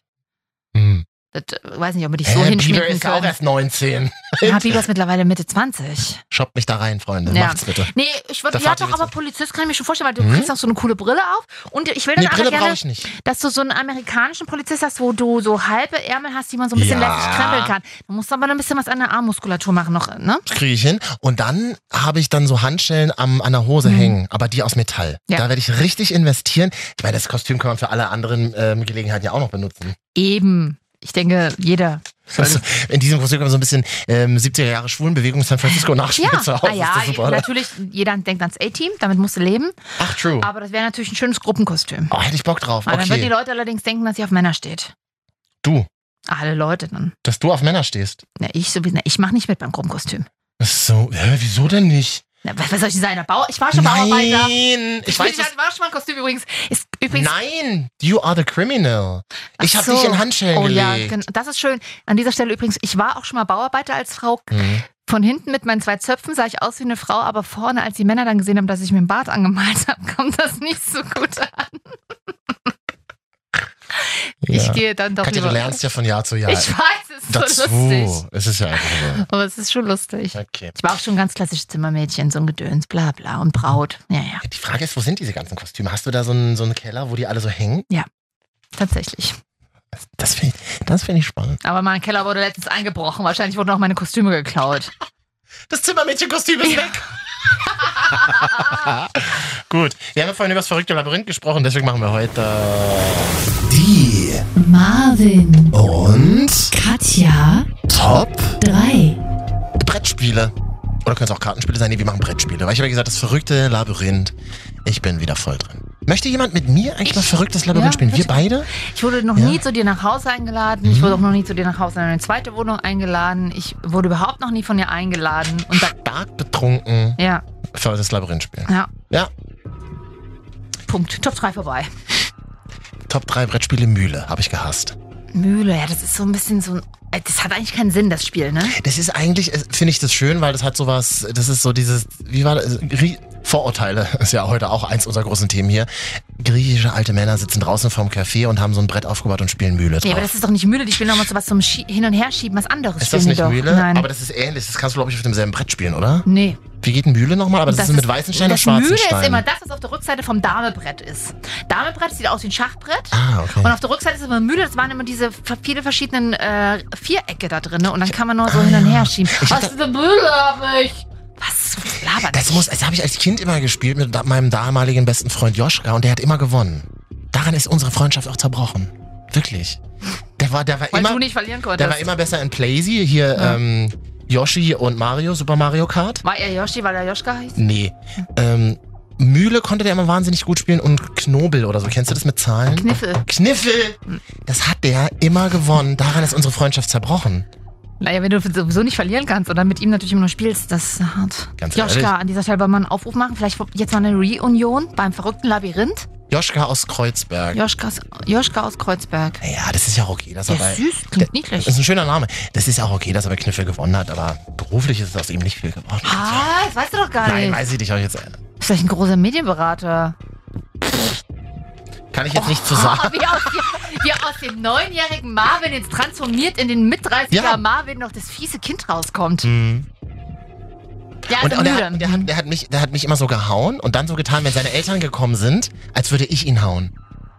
[SPEAKER 8] bisschen,
[SPEAKER 4] Das äh, weiß nicht, ob man dich
[SPEAKER 8] Hä,
[SPEAKER 4] so
[SPEAKER 8] Bieber
[SPEAKER 4] hinschminken
[SPEAKER 8] ist auch
[SPEAKER 4] kann.
[SPEAKER 8] erst 19.
[SPEAKER 4] Ja, Bieber ist mittlerweile Mitte 20.
[SPEAKER 8] Shoppt mich da rein, Freunde.
[SPEAKER 4] Ja.
[SPEAKER 8] Macht's bitte.
[SPEAKER 4] Nee, ich würde,
[SPEAKER 8] Da
[SPEAKER 4] ja
[SPEAKER 8] fahrt ihr
[SPEAKER 4] doch,
[SPEAKER 8] jetzt
[SPEAKER 4] aber
[SPEAKER 8] mit.
[SPEAKER 4] Polizist kann ich mir schon vorstellen, weil du
[SPEAKER 8] Hm?
[SPEAKER 4] kriegst auch so eine coole Brille auf und ich will dann
[SPEAKER 8] Nee,
[SPEAKER 4] einfach
[SPEAKER 8] Brille brauche
[SPEAKER 4] gerne,
[SPEAKER 8] ich nicht.
[SPEAKER 4] dass du so einen amerikanischen Polizist hast, wo du so halbe Ärmel hast, die man so ein bisschen
[SPEAKER 8] Ja.
[SPEAKER 4] lässig krempeln kann. Du musst aber noch ein bisschen was an der Armmuskulatur machen noch, ne?
[SPEAKER 8] Das kriege ich hin. Und dann habe ich dann so Handschellen am, an der Hose
[SPEAKER 4] Mhm.
[SPEAKER 8] hängen, aber die aus Metall.
[SPEAKER 4] Ja.
[SPEAKER 8] Da werde ich richtig investieren. Ich meine, das Kostüm kann man für alle anderen ähm, Gelegenheiten ja auch noch benutzen.
[SPEAKER 4] Eben. Ich denke, jeder
[SPEAKER 8] Also in diesem Kurs so ein bisschen ähm, 70er Jahre Schwulenbewegung San Francisco
[SPEAKER 4] Ja,
[SPEAKER 8] nachspielt zu
[SPEAKER 4] ah,
[SPEAKER 8] Hause.
[SPEAKER 4] ja
[SPEAKER 8] ist das super, oder?
[SPEAKER 4] natürlich, jeder denkt ans A-Team, damit musst du leben.
[SPEAKER 8] Ach, true.
[SPEAKER 4] Aber das wäre natürlich ein schönes Gruppenkostüm.
[SPEAKER 8] Oh, hätte ich Bock drauf.
[SPEAKER 4] Aber Dann würden die
[SPEAKER 8] Okay,
[SPEAKER 4] Leute allerdings denken, dass sie auf Männer steht.
[SPEAKER 8] du,
[SPEAKER 4] Alle Leute dann.
[SPEAKER 8] dass du auf Männer stehst.
[SPEAKER 4] Na, ich sowieso, na, ich mache nicht mit beim Gruppenkostüm.
[SPEAKER 8] Ach So, hä, wieso denn nicht?
[SPEAKER 4] Na, was, was soll ich denn sein? Ein Bau, ich war schon Bauarbeiter.
[SPEAKER 8] Nein, ich weiß es.
[SPEAKER 4] das Waschmannkostüm übrigens. Ist übrigens
[SPEAKER 8] Nein, you are the criminal. Ich
[SPEAKER 4] Ach
[SPEAKER 8] habe
[SPEAKER 4] so.
[SPEAKER 8] dich in Handschellen
[SPEAKER 4] Oh ja,
[SPEAKER 8] gelegt.
[SPEAKER 4] gen- das ist schön. An dieser Stelle übrigens, ich war auch schon mal Bauarbeiter als Frau.
[SPEAKER 8] Mhm.
[SPEAKER 4] Von hinten mit meinen zwei Zöpfen sah ich aus wie eine Frau, aber vorne, als die Männer dann gesehen haben, dass ich mir einen Bart angemalt habe, kam das nicht so gut an. Ich
[SPEAKER 8] Ja.
[SPEAKER 4] gehe dann doch
[SPEAKER 8] Katja, du
[SPEAKER 4] lieber.
[SPEAKER 8] lernst ja von Jahr zu Jahr.
[SPEAKER 4] Ich weiß, es ist so
[SPEAKER 8] Dazu.
[SPEAKER 4] lustig.
[SPEAKER 8] Es ist ja einfach
[SPEAKER 4] Aber es ist schon lustig.
[SPEAKER 8] so. Okay.
[SPEAKER 4] Ich war auch schon ganz klassisches Zimmermädchen, so ein Gedöns, bla bla und Braut. Ja, ja,
[SPEAKER 8] Die Frage ist, wo sind diese ganzen Kostüme? Hast du da so einen, so einen Keller, wo die alle so hängen?
[SPEAKER 4] tatsächlich.
[SPEAKER 8] Das finde ich, das find ich spannend.
[SPEAKER 4] Aber mein Keller wurde letztens eingebrochen. Wahrscheinlich wurden auch meine Kostüme geklaut.
[SPEAKER 8] Das Zimmermädchenkostüm ist weg. Gut, wir haben ja vorhin über das verrückte Labyrinth gesprochen, deswegen machen wir heute äh,
[SPEAKER 1] Die
[SPEAKER 9] Marvin,
[SPEAKER 1] und
[SPEAKER 9] Katja,
[SPEAKER 1] Top
[SPEAKER 9] 3.
[SPEAKER 8] Brettspiele. Oder können es auch Kartenspiele sein? Nee, wir machen Brettspiele. Weil ich habe ja gesagt, das verrückte Labyrinth. Ich bin wieder voll drin. Möchte jemand mit mir eigentlich mal verrücktes Labyrinth
[SPEAKER 4] Ja,
[SPEAKER 8] spielen? Wir beide?
[SPEAKER 4] Ich wurde noch
[SPEAKER 8] Ja.
[SPEAKER 4] nie zu dir nach Hause eingeladen. Ich wurde auch noch nie zu dir nach Hause in eine zweite Wohnung eingeladen. Ich wurde überhaupt noch nie von dir eingeladen. Und da,
[SPEAKER 8] Stark betrunken
[SPEAKER 4] ja,
[SPEAKER 8] verrücktes Labyrinth spielen.
[SPEAKER 4] ja.
[SPEAKER 8] Ja.
[SPEAKER 4] Punkt. Top 3 vorbei.
[SPEAKER 8] Top 3 Brettspiele Mühle habe ich gehasst.
[SPEAKER 4] Mühle, ja, das ist so ein bisschen so ein. äh, Das hat eigentlich keinen Sinn, das Spiel, ne?
[SPEAKER 8] Das ist eigentlich, äh, finde ich das schön, weil das hat sowas, das ist so dieses, wie war das? Grie- Vorurteile ist ja heute auch eins unserer großen Themen hier. Griechische alte Männer sitzen draußen vorm Café und haben so ein Brett aufgebaut und spielen Mühle drauf.
[SPEAKER 4] Ja, aber das ist doch nicht Mühle. Die spielen nochmal so was zum Schie Hin- und Herschieben, was anderes
[SPEAKER 8] ist
[SPEAKER 4] spielen
[SPEAKER 8] das nicht
[SPEAKER 4] die doch.
[SPEAKER 8] Mühle?
[SPEAKER 4] Nein.
[SPEAKER 8] Aber das ist ähnlich. Das kannst du, glaube ich, auf demselben Brett spielen, oder?
[SPEAKER 4] nee.
[SPEAKER 8] Wie geht Mühle nochmal? Aber das, ist mit weißen Steinen und
[SPEAKER 4] das
[SPEAKER 8] schwarzen
[SPEAKER 4] Mühle
[SPEAKER 8] Steinen.
[SPEAKER 4] ist immer das, was auf der Rückseite vom Damebrett ist. Damebrett sieht aus wie ein Schachbrett.
[SPEAKER 8] ah, okay.
[SPEAKER 4] Und auf der Rückseite ist immer Mühle, das waren immer diese ver- viele verschiedenen äh, Vierecke da drin. Ne? Und dann kann man nur so hin und
[SPEAKER 8] Ah.
[SPEAKER 4] her schieben. Was für eine Mühle habe ich? Was labert
[SPEAKER 8] das muss, das habe ich als Kind immer gespielt mit da- meinem damaligen besten Freund Joschka und der hat immer gewonnen. Daran ist unsere Freundschaft auch zerbrochen. Wirklich. Der war, der war
[SPEAKER 4] Weil
[SPEAKER 8] immer.
[SPEAKER 4] du nicht verlieren konntest.
[SPEAKER 8] Der war immer besser in Playsy. Hier ähm, Yoshi und Mario, Super Mario Kart.
[SPEAKER 4] War er Yoshi, weil er Joschka heißt?
[SPEAKER 8] Nee. Ähm, Mühle konnte der immer wahnsinnig gut spielen und Knobel oder so. Kennst du das mit Zahlen?
[SPEAKER 4] Kniffel.
[SPEAKER 8] Kniffel! Das hat der immer gewonnen. Daran ist unsere Freundschaft zerbrochen.
[SPEAKER 4] Naja, wenn du sowieso nicht verlieren kannst und dann mit ihm natürlich immer nur spielst, das ist hart.
[SPEAKER 8] Ganz
[SPEAKER 4] Joschka,
[SPEAKER 8] ehrlich.
[SPEAKER 4] an dieser Stelle wollen wir einen Aufruf machen. Vielleicht jetzt mal eine Reunion beim verrückten Labyrinth.
[SPEAKER 8] Joschka aus Kreuzberg.
[SPEAKER 4] Joschka, Joschka aus Kreuzberg.
[SPEAKER 8] Ja, das ist ja auch okay, dass
[SPEAKER 4] Der
[SPEAKER 8] er
[SPEAKER 4] ist
[SPEAKER 8] bei.
[SPEAKER 4] süß, klingt niedlich.
[SPEAKER 8] Das ist ein schöner Name. Das ist ja auch okay, dass er bei Kniffel gewonnen hat, aber beruflich ist es aus ihm nicht viel geworden.
[SPEAKER 4] Ah, das weißt du doch gar
[SPEAKER 8] Nein,
[SPEAKER 4] nicht.
[SPEAKER 8] weiß ich nicht. Hab ich jetzt,
[SPEAKER 4] Vielleicht ein großer Medienberater.
[SPEAKER 8] kann ich jetzt nicht
[SPEAKER 4] Oh.
[SPEAKER 8] zu sagen.
[SPEAKER 4] Wie aus, wie aus dem neunjährigen Marvin jetzt transformiert in den mit 30er
[SPEAKER 8] Ja.
[SPEAKER 4] Marvin noch das fiese Kind rauskommt.
[SPEAKER 8] Mhm.
[SPEAKER 4] Ja,
[SPEAKER 8] Und,
[SPEAKER 4] also
[SPEAKER 8] und der,
[SPEAKER 4] müde.
[SPEAKER 8] hat, der, hat, der, hat mich, der hat mich immer so gehauen und dann so getan, wenn seine Eltern gekommen sind, als würde ich ihn hauen.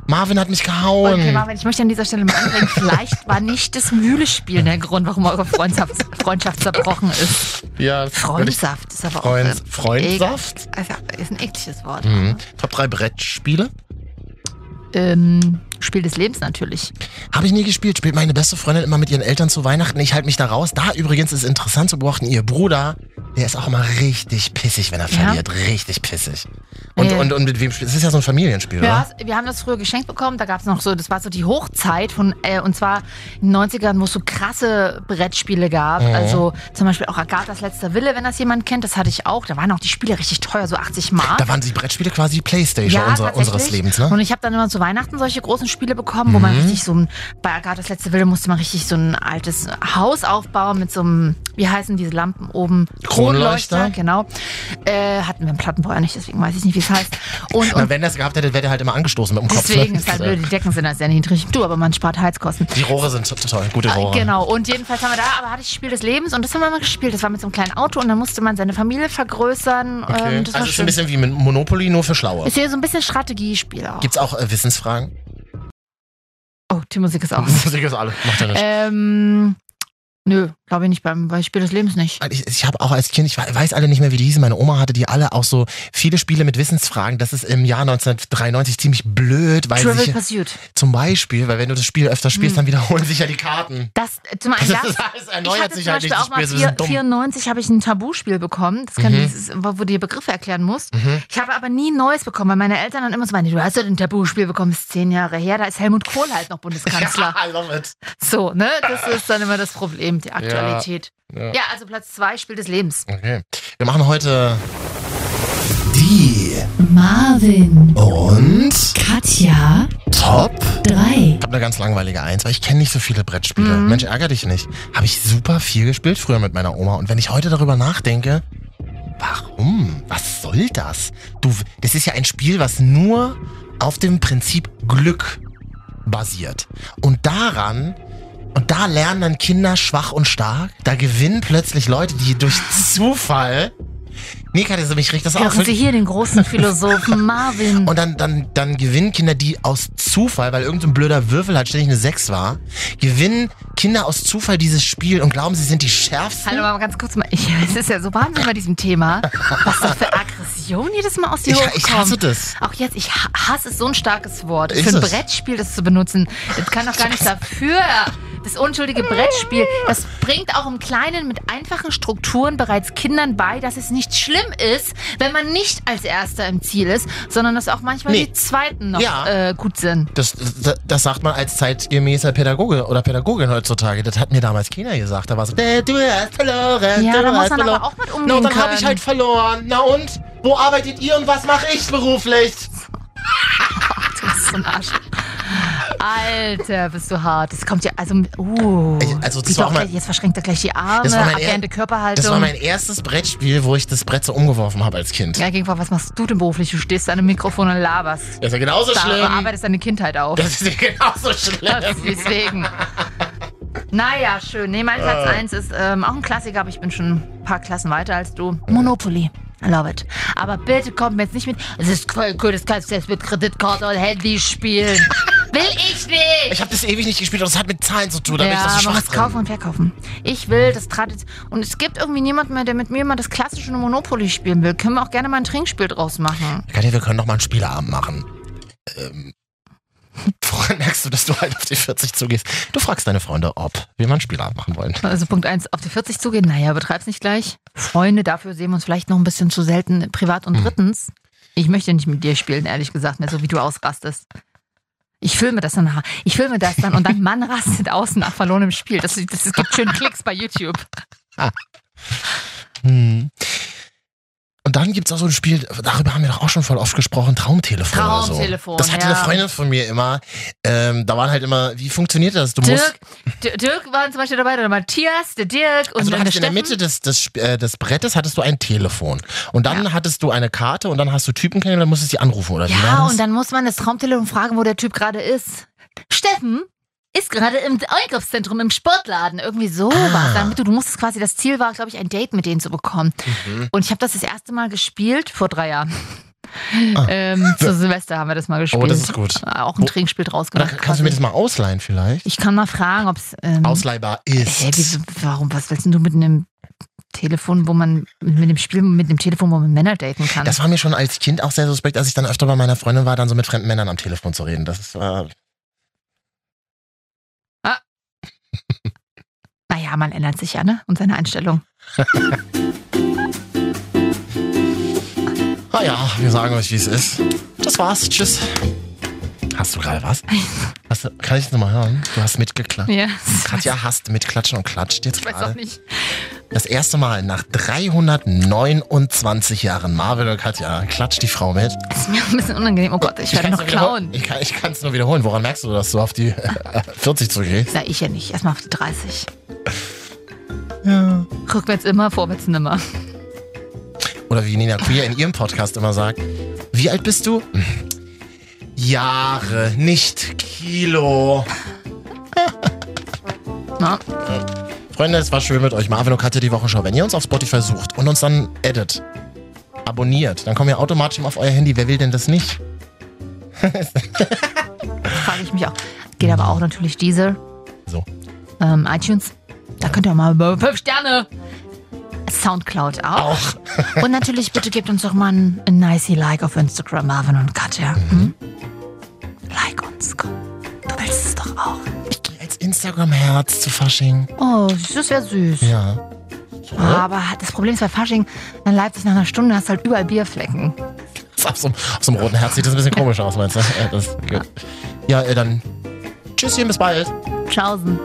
[SPEAKER 8] Marvin hat mich gehauen.
[SPEAKER 4] Okay, Marvin, ich möchte an dieser Stelle mal anbringen, vielleicht war nicht das Mühlespielen der Grund, warum eure Freundschaft, Freundschaft zerbrochen ist.
[SPEAKER 8] ja, würde ich-
[SPEAKER 4] Freundschaft ist aber auch...
[SPEAKER 8] Freund,
[SPEAKER 4] äh,
[SPEAKER 8] Freundsaft?
[SPEAKER 4] Also, ist ein ekliges Wort.
[SPEAKER 8] Mhm. Top 3 Brettspiele.
[SPEAKER 4] Ähm, Spiel des Lebens natürlich.
[SPEAKER 8] Habe ich nie gespielt. Spielt meine beste Freundin immer mit ihren Eltern zu Weihnachten. Ich halte mich da raus. Da übrigens ist interessant zu beobachten, ihr Bruder, der ist auch immer richtig pissig, wenn er
[SPEAKER 4] Ja.
[SPEAKER 8] verliert. Richtig pissig. Und,
[SPEAKER 4] Ja.
[SPEAKER 8] und, und mit wem spielt? Das ist ja so ein Familienspiel,
[SPEAKER 4] Ja,
[SPEAKER 8] oder?
[SPEAKER 4] es- wir haben das früher geschenkt bekommen. Da gab es noch so, das war so die Hochzeit von, äh, und zwar in den 90ern, wo es so krasse Brettspiele gab.
[SPEAKER 8] Mhm.
[SPEAKER 4] Also zum Beispiel auch Agathas letzter Wille, wenn das jemand kennt, das hatte ich auch. Da waren auch die Spiele richtig teuer, so 80 Mark.
[SPEAKER 8] Da waren die Brettspiele quasi die Playstation unser,
[SPEAKER 4] tatsächlich.
[SPEAKER 8] unseres Lebens, ne? Mhm.
[SPEAKER 4] Und ich habe dann immer zu Weihnachten solche großen Spiele bekommen, wo man richtig so ein, bei Agathas letzte Wille musste man richtig so ein altes Haus aufbauen mit so einem, wie heißen diese Lampen oben?
[SPEAKER 8] Kronleuchter.
[SPEAKER 4] Genau. Äh, hatten wir im Plattenbauer nicht, deswegen weiß ich nicht, wie es heißt. Und,
[SPEAKER 8] Na,
[SPEAKER 4] und
[SPEAKER 8] wenn das gehabt hätte, wäre der halt immer angestoßen mit dem Kopf.
[SPEAKER 4] Deswegen
[SPEAKER 8] ne?
[SPEAKER 4] ist halt blöd, die Decken sind halt sehr niedrig. Du, aber man spart Heizkosten.
[SPEAKER 8] Die Rohre sind to- toll, gute Rohre.
[SPEAKER 4] Genau, und jedenfalls haben wir da, aber hatte ich Spiel des Lebens und das haben wir mal gespielt. Das war mit so einem kleinen Auto und dann musste man seine Familie vergrößern.
[SPEAKER 8] Okay.
[SPEAKER 4] Ähm, das
[SPEAKER 8] also es
[SPEAKER 4] war
[SPEAKER 8] ist ein
[SPEAKER 4] schön.
[SPEAKER 8] bisschen wie mit Monopoly, nur für Schlaue.
[SPEAKER 4] Ist hier so ein bisschen Strategiespiel auch.
[SPEAKER 8] Gibt's auch äh, Wissensfragen?
[SPEAKER 4] Oh, die Musik ist aus.
[SPEAKER 8] Musik ist alles, macht ja nichts.
[SPEAKER 4] ähm, nö, Glaube ich nicht beim Beispiel des Lebens nicht.
[SPEAKER 8] Weil Äh, Ich, ich habe auch als Kind, ich we- weiß alle nicht mehr, wie die hießen. Meine Oma hatte die alle auch so viele Spiele mit Wissensfragen. Das ist im Jahr 1993 ziemlich blöd, weil
[SPEAKER 4] Trivial
[SPEAKER 8] sich
[SPEAKER 4] Pursuit.
[SPEAKER 8] zum Beispiel, weil wenn du das Spiel öfter spielst, dann wiederholen sich ja die Karten.
[SPEAKER 4] Das, äh, zum einen
[SPEAKER 8] Das,
[SPEAKER 4] das.
[SPEAKER 8] ist alles
[SPEAKER 4] Ich
[SPEAKER 8] erneuert
[SPEAKER 4] hatte zum
[SPEAKER 8] sich halt
[SPEAKER 4] Beispiel
[SPEAKER 8] nicht. Das
[SPEAKER 4] auch
[SPEAKER 8] Spiel
[SPEAKER 4] mal
[SPEAKER 8] ist ein bisschen
[SPEAKER 4] vier,
[SPEAKER 8] dumm.
[SPEAKER 4] 94 habe ich ein Tabuspiel bekommen, das kann,
[SPEAKER 8] Mhm.
[SPEAKER 4] dieses, wo du dir Begriffe erklären musst.
[SPEAKER 8] Mhm.
[SPEAKER 4] Ich habe aber nie ein Neues bekommen, weil meine Eltern dann immer so waren, du hast ja ein Tabuspiel bekommen, das ist zehn Jahre her, da ist Helmut Kohl halt noch Bundeskanzler.
[SPEAKER 8] Ja, I love it.
[SPEAKER 4] So, ne? Das ist dann immer das Problem, die Aktualität.
[SPEAKER 8] Ja.
[SPEAKER 4] Ja, also Platz zwei, Spiel des Lebens.
[SPEAKER 8] Okay. Wir machen heute
[SPEAKER 1] Die
[SPEAKER 9] Marvin,
[SPEAKER 1] und
[SPEAKER 9] Katja,
[SPEAKER 1] Top
[SPEAKER 9] 3.
[SPEAKER 8] Ich habe eine ganz langweilige Eins, weil ich kenne nicht so viele Brettspiele.
[SPEAKER 9] Mhm.
[SPEAKER 8] Mensch, ärger dich nicht. Habe ich super viel gespielt früher mit meiner Oma. Und wenn ich heute darüber nachdenke, warum? Was soll das? Du, das ist ja ein Spiel, was nur auf dem Prinzip Glück basiert. Und daran, und da lernen dann Kinder schwach und stark. Da gewinnen plötzlich Leute, die durch Zufall. Nee, Katja, mich riecht das auch.
[SPEAKER 4] Hören Sie hier den großen Philosophen Marvin.
[SPEAKER 8] Und dann, dann, dann gewinnen Kinder, die aus Zufall, weil irgendein blöder Würfel halt ständig eine 6 war, gewinnen Kinder aus Zufall dieses Spiel und glauben, sie sind die schärfsten.
[SPEAKER 4] Hallo, mal ganz kurz mal. Ich, es ist ja so wahnsinnig bei diesem Thema, was da für Aggression jedes Mal aus dir
[SPEAKER 8] Ich,
[SPEAKER 4] hochkommt.
[SPEAKER 8] ich hasse das.
[SPEAKER 4] Auch jetzt, ich ha- hasse es, so ein starkes Wort
[SPEAKER 8] Ist
[SPEAKER 4] für ein
[SPEAKER 8] es?
[SPEAKER 4] Brettspiel, das zu benutzen. Das kann doch gar nichts dafür. äh, Das unschuldige Brettspiel, das bringt auch im Kleinen mit einfachen Strukturen bereits Kindern bei, dass es nicht schlimm ist, wenn man nicht als Erster im Ziel ist, sondern dass auch manchmal
[SPEAKER 8] Nee.
[SPEAKER 4] die Zweiten noch
[SPEAKER 8] Ja.
[SPEAKER 4] äh, gut sind.
[SPEAKER 8] Das, das, das sagt man als zeitgemäßer Pädagoge oder Pädagogin heutzutage. Das hat mir damals keiner gesagt. Da war so, "Nee, du hast verloren,
[SPEAKER 4] Ja,
[SPEAKER 8] du
[SPEAKER 4] da muss
[SPEAKER 8] hast
[SPEAKER 4] man aber
[SPEAKER 8] verloren.
[SPEAKER 4] auch mit
[SPEAKER 8] Na,
[SPEAKER 4] umgehen
[SPEAKER 8] und dann habe
[SPEAKER 4] können.
[SPEAKER 8] ich halt verloren. Na und? Wo arbeitet ihr und was mache ich beruflich?
[SPEAKER 4] Du bist so ein Arsch. Alter, bist du hart. Das kommt ja, also, uh.
[SPEAKER 8] Ich- also, das
[SPEAKER 4] Sieht
[SPEAKER 8] war
[SPEAKER 4] doch
[SPEAKER 8] auch mein-
[SPEAKER 4] gleich- jetzt verschränkt er gleich die Arme,
[SPEAKER 8] Das war mein er-
[SPEAKER 4] abwehrende Körperhaltung.
[SPEAKER 8] Das war mein erstes Brettspiel, wo ich das Brett so umgeworfen habe als Kind.
[SPEAKER 4] ja, Gegenwart, was machst du denn beruflich? Du stehst an einem Mikrofon und laberst.
[SPEAKER 8] Das ist ja genauso
[SPEAKER 4] Da
[SPEAKER 8] schlimm.
[SPEAKER 4] arbeitest deine Kindheit auf.
[SPEAKER 8] Das ist ja genauso schlimm.
[SPEAKER 4] Deswegen. Naja, schön. Nee, mein
[SPEAKER 8] Äh.
[SPEAKER 4] Platz 1 ist ähm, auch ein Klassiker, aber ich bin schon ein paar Klassen weiter als du. Monopoly. I love it. Aber bitte kommt mir jetzt nicht mit, es ist voll cool, das kannst du jetzt mit Kreditkarte und Handy spielen. Will ich nicht!
[SPEAKER 8] Ich habe das ewig nicht gespielt und das hat mit Zahlen zu tun. Da bin ich das
[SPEAKER 4] man
[SPEAKER 8] schwach
[SPEAKER 4] muss
[SPEAKER 8] drin.
[SPEAKER 4] kaufen und verkaufen. Ich will das Tradition. Und es gibt irgendwie niemanden mehr, der mit mir mal das klassische Monopoly spielen will. Können wir auch gerne mal ein Trinkspiel draus machen.
[SPEAKER 8] Katja, wir können noch mal einen Spieleabend machen. Ähm, woran merkst du, dass du halt auf die 40 zugehst? Du fragst deine Freunde, ob wir mal einen Spieleabend machen wollen.
[SPEAKER 4] Also Punkt 1, auf die 40 zugehen. Naja, betreib's nicht gleich. Freunde, dafür sehen wir uns vielleicht noch ein bisschen zu selten privat.
[SPEAKER 8] Hm.
[SPEAKER 4] Und drittens, ich möchte nicht mit dir spielen, ehrlich gesagt, mehr so wie du ausrastest. Ich filme das dann. Ich filme das dann und dann Mann rastet aus nach verlorenem Spiel. Das, das, das gibt schön Klicks bei YouTube.
[SPEAKER 8] Hm. Und dann gibt's auch so ein Spiel, darüber haben wir doch auch schon voll oft gesprochen, Traumtelefon.
[SPEAKER 4] Traumtelefon,
[SPEAKER 8] oder so. Das hatte
[SPEAKER 4] ja.
[SPEAKER 8] eine Freundin von mir immer. Ähm, da waren halt immer, wie funktioniert das? Du musst.
[SPEAKER 4] Dirk, Dirk, Dirk waren zum Beispiel dabei, oder Matthias, der Dirk und
[SPEAKER 8] Also du
[SPEAKER 4] dann der
[SPEAKER 8] hattest in der
[SPEAKER 4] Steffen.
[SPEAKER 8] Mitte des, des, Sp- äh, des Brettes hattest du ein Telefon. Und dann hattest du eine Karte und dann hast du Typen kennengelernt, dann musstest du die anrufen, oder wie war
[SPEAKER 4] Ja,
[SPEAKER 8] das?
[SPEAKER 4] und dann muss man das Traumtelefon fragen, wo der Typ gerade ist. Steffen ist gerade im Einkaufszentrum, im Sportladen, irgendwie so
[SPEAKER 8] Ah.
[SPEAKER 4] was. Damit du, du musstest quasi, das Ziel war, glaube ich, ein Date mit denen zu bekommen.
[SPEAKER 8] Mhm.
[SPEAKER 4] Und ich habe das das erste Mal gespielt vor drei Jahren. Ähm, zu Silvester haben wir das mal gespielt.
[SPEAKER 8] Ah. Oh, das ist gut.
[SPEAKER 4] Auch ein
[SPEAKER 8] Wo-
[SPEAKER 4] Trinkspiel draus
[SPEAKER 8] Oder
[SPEAKER 4] gemacht.
[SPEAKER 8] kann- kannst du mir das mal ausleihen vielleicht?
[SPEAKER 4] ich kann mal fragen, ob es. Ähm,
[SPEAKER 8] Ausleihbar
[SPEAKER 4] Hä,
[SPEAKER 8] ist.
[SPEAKER 4] wieso, warum, was willst denn du mit einem Telefon, wo man, mit dem Spiel, mit dem Telefon, wo man Männer daten kann?
[SPEAKER 8] Das war mir schon als Kind auch sehr suspekt, als ich dann öfter bei meiner Freundin war, dann so mit fremden Männern am Telefon zu reden. Das ist, äh,
[SPEAKER 4] Naja, man ändert sich ja, ne? Und seine Einstellung.
[SPEAKER 8] naja, wir sagen euch, wie es ist. Das war's. Tschüss. Hast du gerade was? Hast du, kann ich das nochmal hören? Du hast mitgeklatscht.
[SPEAKER 4] Ja.
[SPEAKER 8] Katja hasst mitklatschen und klatscht jetzt
[SPEAKER 4] Ich weiß auch
[SPEAKER 8] gerade.
[SPEAKER 4] nicht.
[SPEAKER 8] Das erste Mal nach 329 Jahren Marvel und Katja klatscht die Frau mit.
[SPEAKER 4] Das ist mir ein bisschen unangenehm. Oh Gott, ich werde
[SPEAKER 8] kann's
[SPEAKER 4] noch
[SPEAKER 8] nur wiederholen.
[SPEAKER 4] klauen.
[SPEAKER 8] Ich kann es nur wiederholen. Woran merkst du, dass du auf die 40 zugehst?
[SPEAKER 4] Sag ich ja nicht. Erstmal auf die 30. Ja. Rückwärts immer, vorwärts nimmer.
[SPEAKER 8] oder wie Nina Queer in ihrem Podcast immer sagt, wie alt bist du? Jahre, nicht Kilo.
[SPEAKER 4] Na,
[SPEAKER 8] Freunde, es war schön mit euch. Marvin und Katja die Wochenschau. Wenn ihr uns auf Spotify sucht und uns dann edit, abonniert, dann kommen wir automatisch immer auf euer Handy. Wer will denn das nicht?
[SPEAKER 4] frage ich mich auch. Geht aber auch natürlich diese.
[SPEAKER 8] So.
[SPEAKER 4] Ähm, iTunes. Da könnt ihr auch mal über fünf Sterne. Soundcloud auch.
[SPEAKER 8] Auch.
[SPEAKER 4] Und natürlich bitte gebt uns doch mal ein, ein nicey Like auf Instagram, Marvin und Katja. Hm? Like uns, komm. Du willst es doch auch.
[SPEAKER 8] Ich gehe als Instagram-Herz zu Fasching.
[SPEAKER 4] Oh, das wäre süß.
[SPEAKER 8] Ja.
[SPEAKER 4] Aber das Problem ist bei Fasching, dann bleibt es nach einer Stunde, hast halt überall Bierflecken.
[SPEAKER 8] Das Auf so, einem- auf so einem roten Herz sieht das ein bisschen komisch aus, meinst du? Ja, das, gut. ja äh, dann. Tschüsschen, bis bald.
[SPEAKER 4] Tschaußen.